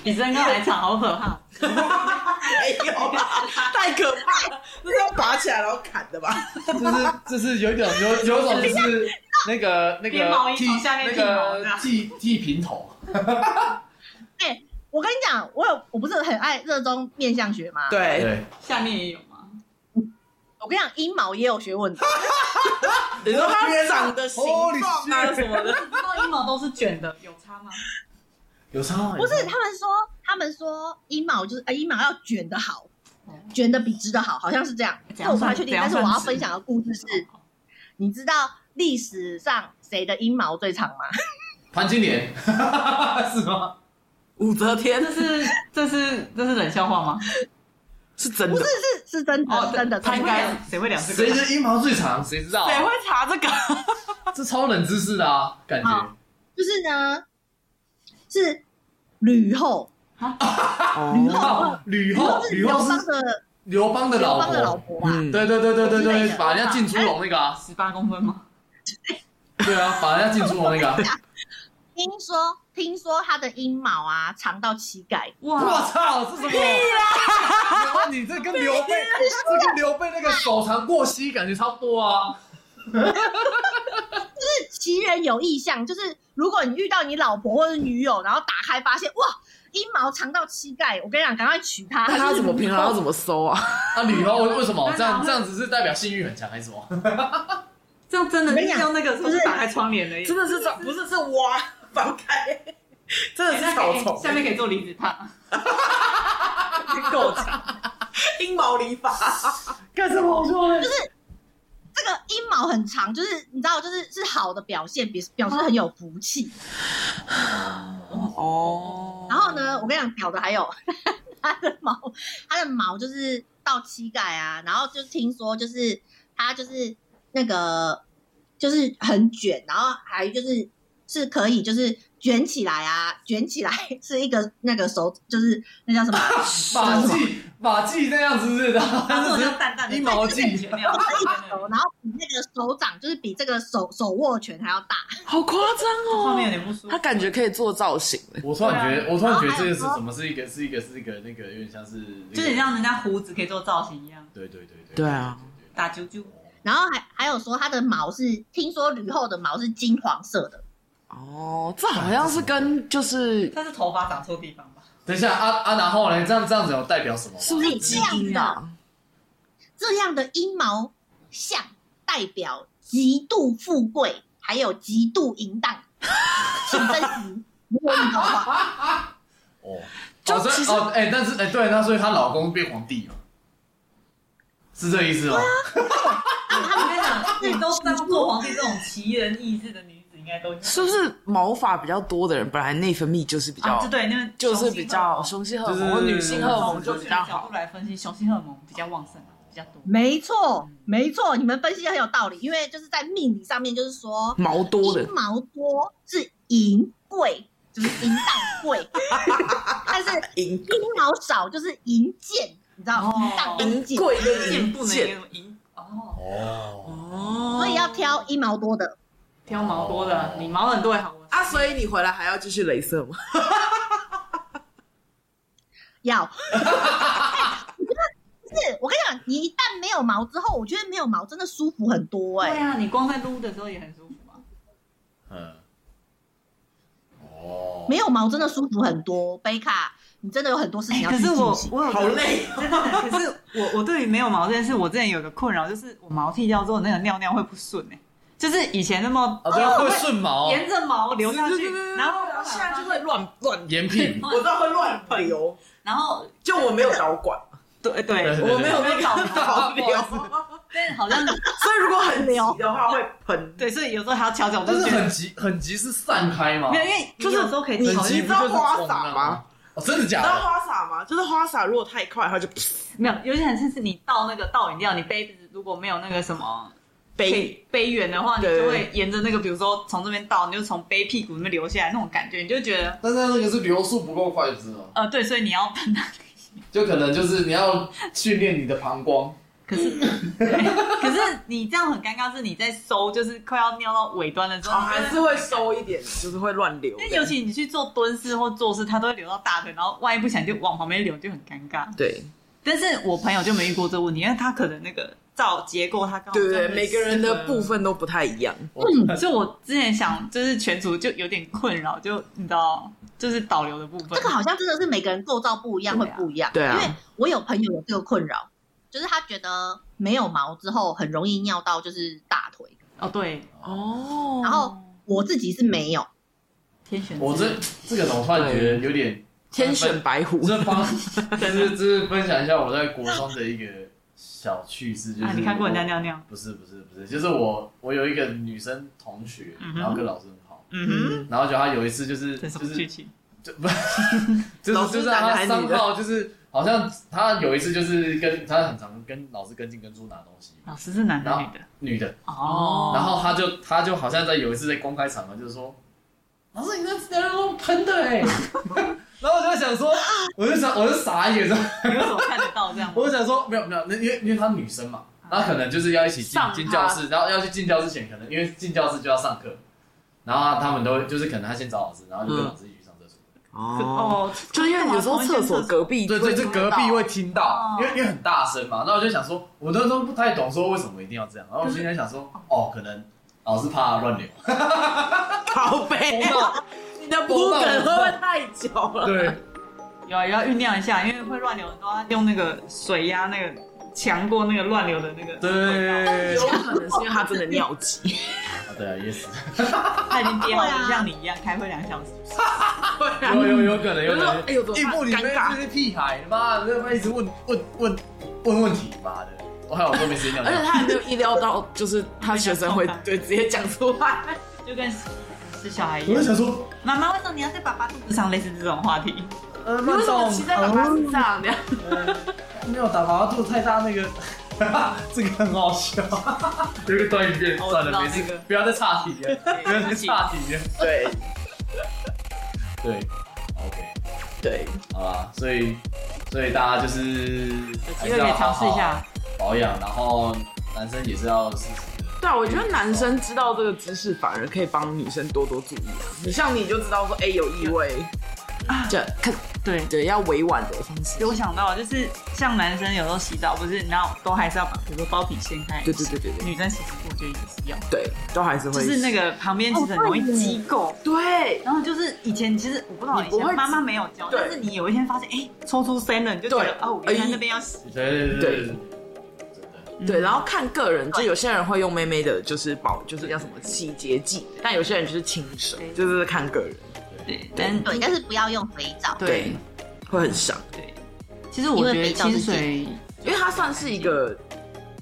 [SPEAKER 4] 比身高还长，好可怕。
[SPEAKER 2] 没有啊吧？ 太可怕了，那是要拔起来然后砍的吧？
[SPEAKER 5] 就是就是有一种有有一种就是那个那
[SPEAKER 4] 边毛
[SPEAKER 5] 个
[SPEAKER 4] 一
[SPEAKER 5] 剃
[SPEAKER 4] 头下面
[SPEAKER 5] 那
[SPEAKER 4] 剃毛这
[SPEAKER 5] 个
[SPEAKER 4] 样
[SPEAKER 5] 剃剃平头，
[SPEAKER 1] 我跟你讲，我有我不是很爱热衷面相学吗？，
[SPEAKER 2] 对，
[SPEAKER 5] 对，
[SPEAKER 4] 下面也有吗？
[SPEAKER 1] 我跟你讲，阴毛也有学问的，
[SPEAKER 2] 你说它长的形状啊
[SPEAKER 5] Holy shit
[SPEAKER 2] 什么的，
[SPEAKER 4] 不知道阴毛都是卷的，有差吗？
[SPEAKER 5] 有差吗
[SPEAKER 1] 不是他们说他们说阴毛就是呃阴毛要卷的好
[SPEAKER 4] 哦，
[SPEAKER 1] 卷的比直的好，好像是这样，
[SPEAKER 4] 怎
[SPEAKER 1] 这
[SPEAKER 4] 样
[SPEAKER 1] 我不太
[SPEAKER 4] 算
[SPEAKER 1] 确定。
[SPEAKER 4] 怎样
[SPEAKER 1] 但是我
[SPEAKER 4] 算
[SPEAKER 1] 要
[SPEAKER 4] 直哦
[SPEAKER 1] 分享的故事是，你知道历史上谁的阴毛最长吗？
[SPEAKER 5] 潘金莲 是吗？
[SPEAKER 2] 武则天
[SPEAKER 4] 这是这是这是冷笑话吗？哦
[SPEAKER 2] 是真
[SPEAKER 1] 不
[SPEAKER 2] 的
[SPEAKER 1] 是，，是是真的，是真的，
[SPEAKER 4] 他
[SPEAKER 1] 真
[SPEAKER 4] 应
[SPEAKER 1] 的
[SPEAKER 4] 该谁会聊这
[SPEAKER 5] 谁
[SPEAKER 4] 个？
[SPEAKER 5] 的阴毛最长？谁知道啊？
[SPEAKER 2] 谁会查这个？
[SPEAKER 5] 这超冷知识的啊，感
[SPEAKER 1] 好
[SPEAKER 5] 觉
[SPEAKER 1] 就是呢，是吕后，吕
[SPEAKER 2] 哦，
[SPEAKER 1] 后，
[SPEAKER 5] 吕后
[SPEAKER 1] 是
[SPEAKER 5] 吕
[SPEAKER 1] 刘
[SPEAKER 5] 后
[SPEAKER 1] 邦
[SPEAKER 5] 是
[SPEAKER 1] 的
[SPEAKER 5] 刘邦的
[SPEAKER 1] 刘
[SPEAKER 5] 老
[SPEAKER 1] 邦的老
[SPEAKER 5] 婆，
[SPEAKER 1] 婆
[SPEAKER 4] 嗯
[SPEAKER 1] 啊，
[SPEAKER 2] 嗯
[SPEAKER 5] 对对对对对
[SPEAKER 1] 之类
[SPEAKER 5] 对，
[SPEAKER 1] 的
[SPEAKER 5] 把人家进猪笼那个啊，
[SPEAKER 4] 十八公分吗？
[SPEAKER 5] 对啊，把人家进猪笼那个啊，
[SPEAKER 1] 听说听说她的阴毛啊长到膝盖，
[SPEAKER 5] 我
[SPEAKER 4] 哇，
[SPEAKER 5] 操，这什么？然后你这跟刘备，这跟刘备那个手长过膝感觉差不多啊。
[SPEAKER 1] 是奇人有异象，就是如果你遇到你老婆或者女友，然后打开发现哇。阴毛长到膝盖，我跟你讲，赶快娶她。
[SPEAKER 2] 那他
[SPEAKER 1] 就是
[SPEAKER 2] 怎么
[SPEAKER 1] 吕
[SPEAKER 2] 平常
[SPEAKER 1] 后
[SPEAKER 2] 要怎么收啊？
[SPEAKER 5] 那吕后为为什么这样
[SPEAKER 4] 那哪会
[SPEAKER 5] 这样子是代表性欲很强还是什么？
[SPEAKER 4] 这样真的
[SPEAKER 1] 我跟你讲
[SPEAKER 4] 用那个是不
[SPEAKER 1] 不
[SPEAKER 4] 是
[SPEAKER 1] 是
[SPEAKER 4] 打开窗帘而已？
[SPEAKER 2] 真的是找，不是是挖翻开， 真的是草丛，
[SPEAKER 4] 哎下面可以做离子烫，
[SPEAKER 2] 够长， 阴毛理发，
[SPEAKER 5] 干什么好笑呢？
[SPEAKER 1] 这个阴毛很长，就是你知道，就是是好的表现，表表示很有福气。
[SPEAKER 2] 哦
[SPEAKER 1] 然后呢，我跟你讲，屌的还有它的毛，它的毛就是到膝盖啊，然后就听说就是它就是那个就是很卷，然后还就是是可以就是卷起来啊，卷起来是一个那个手就是那叫什么？
[SPEAKER 5] 马季马季那样子是的，
[SPEAKER 4] 它做
[SPEAKER 5] 只
[SPEAKER 4] 像淡淡的
[SPEAKER 5] 阴毛季
[SPEAKER 4] 卷那样
[SPEAKER 1] 一手，然后比那个手掌就是比这个手手握拳还要大，
[SPEAKER 2] 好夸张
[SPEAKER 4] 画面
[SPEAKER 2] 哦，
[SPEAKER 4] 有点不舒服
[SPEAKER 2] 他。感觉可以做造型了，
[SPEAKER 5] 我突然觉
[SPEAKER 4] 对
[SPEAKER 5] 得，我突然觉得这个是什么？是一个，是一个，是一个那个，有点像是，
[SPEAKER 4] 就是你让人家胡子可以做造型一样，
[SPEAKER 5] 对对对对
[SPEAKER 2] 对啊，
[SPEAKER 4] 打啾啾。
[SPEAKER 1] 然后还还有说它的毛是听说吕后的毛是金黄色的，
[SPEAKER 2] 哦，这好像是跟就是
[SPEAKER 4] 但是头发长错地方吧？
[SPEAKER 5] 等一下啊啊，然后呢？这样这样子有代表什么吗？
[SPEAKER 2] 是不是基因啊？
[SPEAKER 1] 这样的阴毛像代表极度富贵，还有极度淫荡，请珍惜。如果你懂吗？
[SPEAKER 5] 哦，
[SPEAKER 2] 就
[SPEAKER 5] 哦，所
[SPEAKER 2] 其
[SPEAKER 5] 以
[SPEAKER 2] 实
[SPEAKER 5] 哦，哎、但是哎、对，那所以她老公变皇帝哦，是这意思吗？
[SPEAKER 4] 我跟你讲，你都当做皇帝这种奇人异事的女子，应该都有
[SPEAKER 2] 是不是毛发比较多的人，本来内分泌就是比较，
[SPEAKER 4] 啊，这对，那
[SPEAKER 2] 就是比较
[SPEAKER 4] 雄
[SPEAKER 2] 雄性荷尔
[SPEAKER 5] 就
[SPEAKER 2] 蒙
[SPEAKER 5] 是
[SPEAKER 2] 或女性荷尔
[SPEAKER 4] 性荷尔
[SPEAKER 2] 蒙
[SPEAKER 4] 蒙
[SPEAKER 2] 就
[SPEAKER 4] 从
[SPEAKER 2] 比
[SPEAKER 4] 这
[SPEAKER 2] 较
[SPEAKER 4] 个角度
[SPEAKER 2] 好。
[SPEAKER 4] 来分析，雄性荷尔蒙比较旺盛，比较多。
[SPEAKER 1] 没错，没错，你们分析的很有道理，因为就是在命理上面，就是说
[SPEAKER 2] 毛嗯多的
[SPEAKER 1] 阴，毛多是淫贵，就是淫荡贵，但是
[SPEAKER 2] 银
[SPEAKER 1] 阴毛少就是淫贱，你知道吗？
[SPEAKER 4] 哦
[SPEAKER 1] 淫荡跟
[SPEAKER 2] 银
[SPEAKER 1] 贱，
[SPEAKER 2] 贵的
[SPEAKER 4] 见
[SPEAKER 2] 银
[SPEAKER 4] 不能
[SPEAKER 2] 贱
[SPEAKER 4] 跟赢哦，
[SPEAKER 5] 哦，
[SPEAKER 2] 哦
[SPEAKER 1] 所以要挑阴毛多的。
[SPEAKER 4] 挑毛多的，你毛很多也好。我
[SPEAKER 2] 啊，所以你回来还要继续镭射吗？
[SPEAKER 1] 要。 我觉得不是，我跟你讲，你一旦没有毛之后，我觉得没有毛真的舒服很多哎、
[SPEAKER 4] 对啊，你光在撸的时候也很舒服啊。
[SPEAKER 5] 嗯，哦，
[SPEAKER 1] 没有毛真的舒服很多。贝卡，你真的有很多事情要
[SPEAKER 4] 哎可
[SPEAKER 1] 去
[SPEAKER 4] 是我
[SPEAKER 1] 进行。
[SPEAKER 4] 我有
[SPEAKER 2] 好累，
[SPEAKER 4] 真的。 可是我我对于没有毛这件事，我之前有个困扰，就是我毛剃掉之后，那个尿尿会不顺哎、就是以前那么哦
[SPEAKER 5] 啊，对，会顺毛，
[SPEAKER 4] 沿着毛流下去，然后
[SPEAKER 2] 现在就会乱乱，
[SPEAKER 5] 眼品，
[SPEAKER 2] 我知道会乱流，
[SPEAKER 4] 然后
[SPEAKER 2] 就我没有导 管，
[SPEAKER 4] 对
[SPEAKER 5] 对
[SPEAKER 4] 对，
[SPEAKER 5] 对
[SPEAKER 2] 我没有那
[SPEAKER 4] 导
[SPEAKER 2] 个导
[SPEAKER 4] 管
[SPEAKER 2] 流，
[SPEAKER 4] 但是好像
[SPEAKER 2] 所以如果很急的话会喷。
[SPEAKER 4] 对，所以有时候还要敲脚，我
[SPEAKER 5] 但
[SPEAKER 4] 就是觉得
[SPEAKER 5] 很急，很急是散开吗？
[SPEAKER 4] 没有，因为
[SPEAKER 2] 就是
[SPEAKER 4] 有时候可以
[SPEAKER 2] 你
[SPEAKER 4] 讨
[SPEAKER 5] 很急
[SPEAKER 4] 厌
[SPEAKER 5] 不
[SPEAKER 2] 知道
[SPEAKER 5] 就是
[SPEAKER 2] 花
[SPEAKER 5] 冲
[SPEAKER 2] 洒
[SPEAKER 5] 浪
[SPEAKER 2] 吗？
[SPEAKER 5] 哦，真的假
[SPEAKER 2] 你知道
[SPEAKER 5] 的？
[SPEAKER 2] 花洒吗？就是花洒如果太快，它就
[SPEAKER 4] 没有，有些很像是你倒那个倒饮料，你杯子如果没有那个什么。可以
[SPEAKER 2] 杯
[SPEAKER 4] 杯缘的话，你
[SPEAKER 2] 对
[SPEAKER 4] 就会沿着那个，比如说从这边倒，你就从杯屁股那边流下来那种感觉，你就觉得
[SPEAKER 5] 但是它那个是流速不够快，不是吗？
[SPEAKER 4] 呃，对，所以你要 喷它。
[SPEAKER 5] 就可能就是你要训练你的膀胱，
[SPEAKER 4] 可是， 可是你这样很尴尬，是你在收，就是快要尿到尾端的时
[SPEAKER 2] 哦，
[SPEAKER 4] 候，
[SPEAKER 2] 还是会收一点，就是会乱流的。
[SPEAKER 4] 因为尤其你去做蹲式或做式，它都会流到大腿，然后万一不小心就往旁边流，就很尴尬。
[SPEAKER 2] 对
[SPEAKER 4] 但是我朋友就没遇过这个问题，因为他可能那个造结构他刚好
[SPEAKER 2] 对
[SPEAKER 4] 这
[SPEAKER 2] 对，
[SPEAKER 4] 样子
[SPEAKER 2] 每个人的部分都不太一样。
[SPEAKER 4] 所以我之前想就是全除就有点困扰，就你知道，就是导流的部分。
[SPEAKER 1] 这个好像真的是每个人构造不一样，会
[SPEAKER 4] 对啊
[SPEAKER 1] 不一样。
[SPEAKER 2] 对啊
[SPEAKER 1] 因为我有朋友有这个困扰，就是他觉得没有毛之后很容易尿到就是大腿。
[SPEAKER 4] 哦，对，
[SPEAKER 2] 哦
[SPEAKER 1] 然后我自己是没有，
[SPEAKER 4] 天选之
[SPEAKER 5] 我这这个怎么突然觉得有 点
[SPEAKER 2] 天选白虎，
[SPEAKER 5] 这帮，就是就是分享一下我在国中的一个小趣事，就是、
[SPEAKER 4] 啊，你看过人家？尿尿？
[SPEAKER 5] 不是不是不是，就是我我有一个女生同学，
[SPEAKER 4] 嗯哼
[SPEAKER 5] 然后跟老师很好，
[SPEAKER 4] 嗯哼，
[SPEAKER 5] 然后就她有一次就是
[SPEAKER 4] 这
[SPEAKER 5] 就是
[SPEAKER 4] 什么剧
[SPEAKER 5] 是
[SPEAKER 4] 情？
[SPEAKER 5] 就不就是就是她三号就是 好像她有一次就是跟她很常跟老师跟进跟出拿东西，
[SPEAKER 4] 老师是男的
[SPEAKER 5] 然后
[SPEAKER 4] 女的？
[SPEAKER 5] 女的，
[SPEAKER 4] 哦，
[SPEAKER 5] 然后她就她就好像在有一次在公开场合就是说。老师，你那那都喷的 哎、欸，然后我就想说，我就想，我就傻眼，说
[SPEAKER 4] 你为什么看得到这样吗？
[SPEAKER 5] 我想说，没有没有，那因为因为她女生嘛，然后可能就是要一起进
[SPEAKER 4] 嗯上她
[SPEAKER 5] 进教室，然后要去进教室前，可能因为进教室就要上课，然后他们都会就是可能她先找老师，然后就跟
[SPEAKER 2] 嗯
[SPEAKER 5] 老师一起去上厕所。
[SPEAKER 2] 哦，
[SPEAKER 4] 哦，
[SPEAKER 2] 就因为有时候厕所
[SPEAKER 4] 隔
[SPEAKER 2] 隔壁
[SPEAKER 5] 对对，就隔壁会听到
[SPEAKER 4] 哦，
[SPEAKER 5] 因为因为很大声嘛。那我就想说，我那时候不太懂，说为什么一定要这样。然后我现在想说，
[SPEAKER 2] 嗯
[SPEAKER 5] 哦，可能老师怕乱流，
[SPEAKER 2] 靠背，你的铺梗会不会太久了？
[SPEAKER 5] 对，
[SPEAKER 4] 有啊，有要酝酿一下，因为会乱流，都要用那个水压那个强过那个乱流的那个。
[SPEAKER 5] 对，
[SPEAKER 2] 有可能是因为他真的尿急，
[SPEAKER 5] 啊对啊，也是，
[SPEAKER 4] 他已经憋好
[SPEAKER 1] 对
[SPEAKER 4] 了，
[SPEAKER 1] 啊
[SPEAKER 4] 像你一样开会两小时。
[SPEAKER 5] 有有有可能有可能。
[SPEAKER 2] 哎呦，怎
[SPEAKER 5] 一
[SPEAKER 2] 么
[SPEAKER 5] 部里面
[SPEAKER 2] 办尴
[SPEAKER 5] 这
[SPEAKER 2] 尬？
[SPEAKER 5] 些屁孩，妈的，他妈一直问问问问问题，妈的，我还有都没时间
[SPEAKER 2] 而且
[SPEAKER 5] 讲。
[SPEAKER 2] 他还没有意料到，就是他学生会对直接讲出来。
[SPEAKER 4] 就跟是小孩一
[SPEAKER 5] 我就
[SPEAKER 4] 样。
[SPEAKER 5] 想说，
[SPEAKER 4] 妈妈为什么你要在爸爸肚子上？类似这种话题，
[SPEAKER 2] 你
[SPEAKER 5] 呃，
[SPEAKER 2] 为
[SPEAKER 5] 慢
[SPEAKER 2] 什么
[SPEAKER 5] 动，
[SPEAKER 2] 骑在爸爸身上？这样
[SPEAKER 5] 没有打麻肚太大那个，这个很好笑。有一个短影片，
[SPEAKER 4] 哦
[SPEAKER 5] 算
[SPEAKER 4] 我
[SPEAKER 5] 了，
[SPEAKER 4] 知道
[SPEAKER 5] 没事
[SPEAKER 4] 那个，
[SPEAKER 5] 不要再岔题了，不要再岔题了。
[SPEAKER 2] 对
[SPEAKER 5] 对，OK，
[SPEAKER 2] 对，
[SPEAKER 5] 好啦，所以所以大家就是
[SPEAKER 4] 有
[SPEAKER 5] 还
[SPEAKER 4] 机
[SPEAKER 5] 是
[SPEAKER 4] 会可
[SPEAKER 5] 要
[SPEAKER 4] 以尝试一
[SPEAKER 5] 好
[SPEAKER 4] 下
[SPEAKER 5] 好。保养，然后男生也是要适时的。
[SPEAKER 2] 对啊，我觉得男生知道这个知识，反而可以帮女生多多注意啊。你像你就知道说，哎，有异味，这看
[SPEAKER 4] 对，
[SPEAKER 2] 对要委婉的方式
[SPEAKER 4] 给。我想到就是像男生有时候洗澡不是，你知道都还是要把比如说包皮掀开。
[SPEAKER 2] 对对对对对
[SPEAKER 4] 女生其实我觉得也是要，
[SPEAKER 2] 对，都还是会
[SPEAKER 4] 就是那个旁边其实很
[SPEAKER 2] 哦
[SPEAKER 4] 容易机构。
[SPEAKER 2] 对
[SPEAKER 4] 然后就是以前其实我不知道，
[SPEAKER 2] 你
[SPEAKER 4] 以
[SPEAKER 2] 不会
[SPEAKER 4] 前妈妈没有教，
[SPEAKER 2] 对
[SPEAKER 4] 但是你有一天发现，哎，抽出身了，你就觉得
[SPEAKER 2] 对
[SPEAKER 4] 哦，原来那边要洗。
[SPEAKER 5] 对对
[SPEAKER 2] 对
[SPEAKER 5] 对，真的
[SPEAKER 2] 对，然后看个人，就有些人会用妹妹的，就是保，就是叫什么洗洁剂，但有些人就是清水，就是看个人。
[SPEAKER 5] 对。
[SPEAKER 4] 对，但
[SPEAKER 1] 对，但是不要用肥皂。
[SPEAKER 4] 对
[SPEAKER 2] 会很伤，
[SPEAKER 4] 对，其实我觉得清水
[SPEAKER 2] 因为它算是一个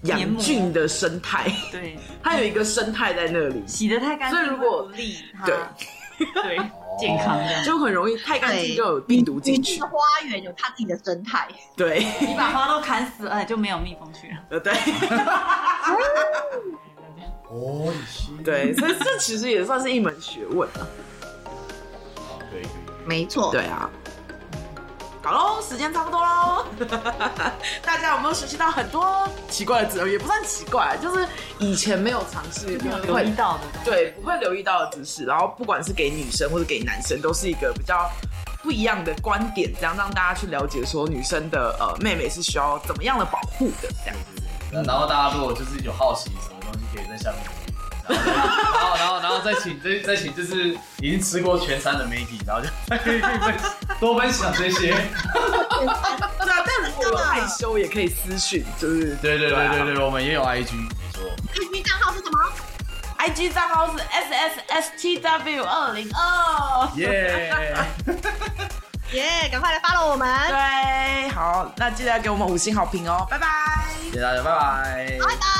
[SPEAKER 2] 养菌的生态，
[SPEAKER 4] 对
[SPEAKER 2] 它有一个生态在那里，
[SPEAKER 4] 洗的太干净，
[SPEAKER 2] 所以如果
[SPEAKER 4] 不利它
[SPEAKER 2] 对
[SPEAKER 4] 对健康这 样。
[SPEAKER 2] 就很容易太干净就有病毒
[SPEAKER 1] 你
[SPEAKER 2] 进
[SPEAKER 1] 这
[SPEAKER 2] 去
[SPEAKER 1] 个。花园有它自己的生态，
[SPEAKER 2] 对，
[SPEAKER 4] 你把花都砍死了，哎就没有蜜蜂去了。
[SPEAKER 2] 呃，对，
[SPEAKER 5] 哦，你吸
[SPEAKER 2] 对，所以这其实也算是一门学问啊。
[SPEAKER 5] 可以可以，
[SPEAKER 1] 没错。
[SPEAKER 2] 对啊。好喽，时间差不多喽。 大家有没有学习到很多奇怪的字？呃也不算奇怪，就是以前没有尝试，
[SPEAKER 4] 没有
[SPEAKER 2] 不
[SPEAKER 4] 留
[SPEAKER 2] 会
[SPEAKER 4] 意到的，
[SPEAKER 2] 对，不会留意到的知识，然后不管是给女生或者给男生，都是一个比较不一样的观点，这样让大家去了解说女生的呃妹妹是需要怎么样的保护的，这样
[SPEAKER 5] 那然后大家如果就是有好奇什么东西，可以在下面留言。然后，然后，然后再请，再再请，就是已经吃过全餐的 Maggie，然后就可以分多分享这些。
[SPEAKER 2] 对啊，但如果有害羞也可以私讯，就是
[SPEAKER 5] 对对对
[SPEAKER 2] 啊
[SPEAKER 5] 对对，我们也有 IG，没错。
[SPEAKER 1] IG 账号是什么？
[SPEAKER 4] IG 账号是 S S S T W 二零二。
[SPEAKER 5] 耶！
[SPEAKER 1] 哦耶、赶快来 follow 我们。
[SPEAKER 2] 对，好，那记得要给我们五星好评哦，拜拜。
[SPEAKER 5] 谢谢大家，拜拜。
[SPEAKER 1] 拜拜。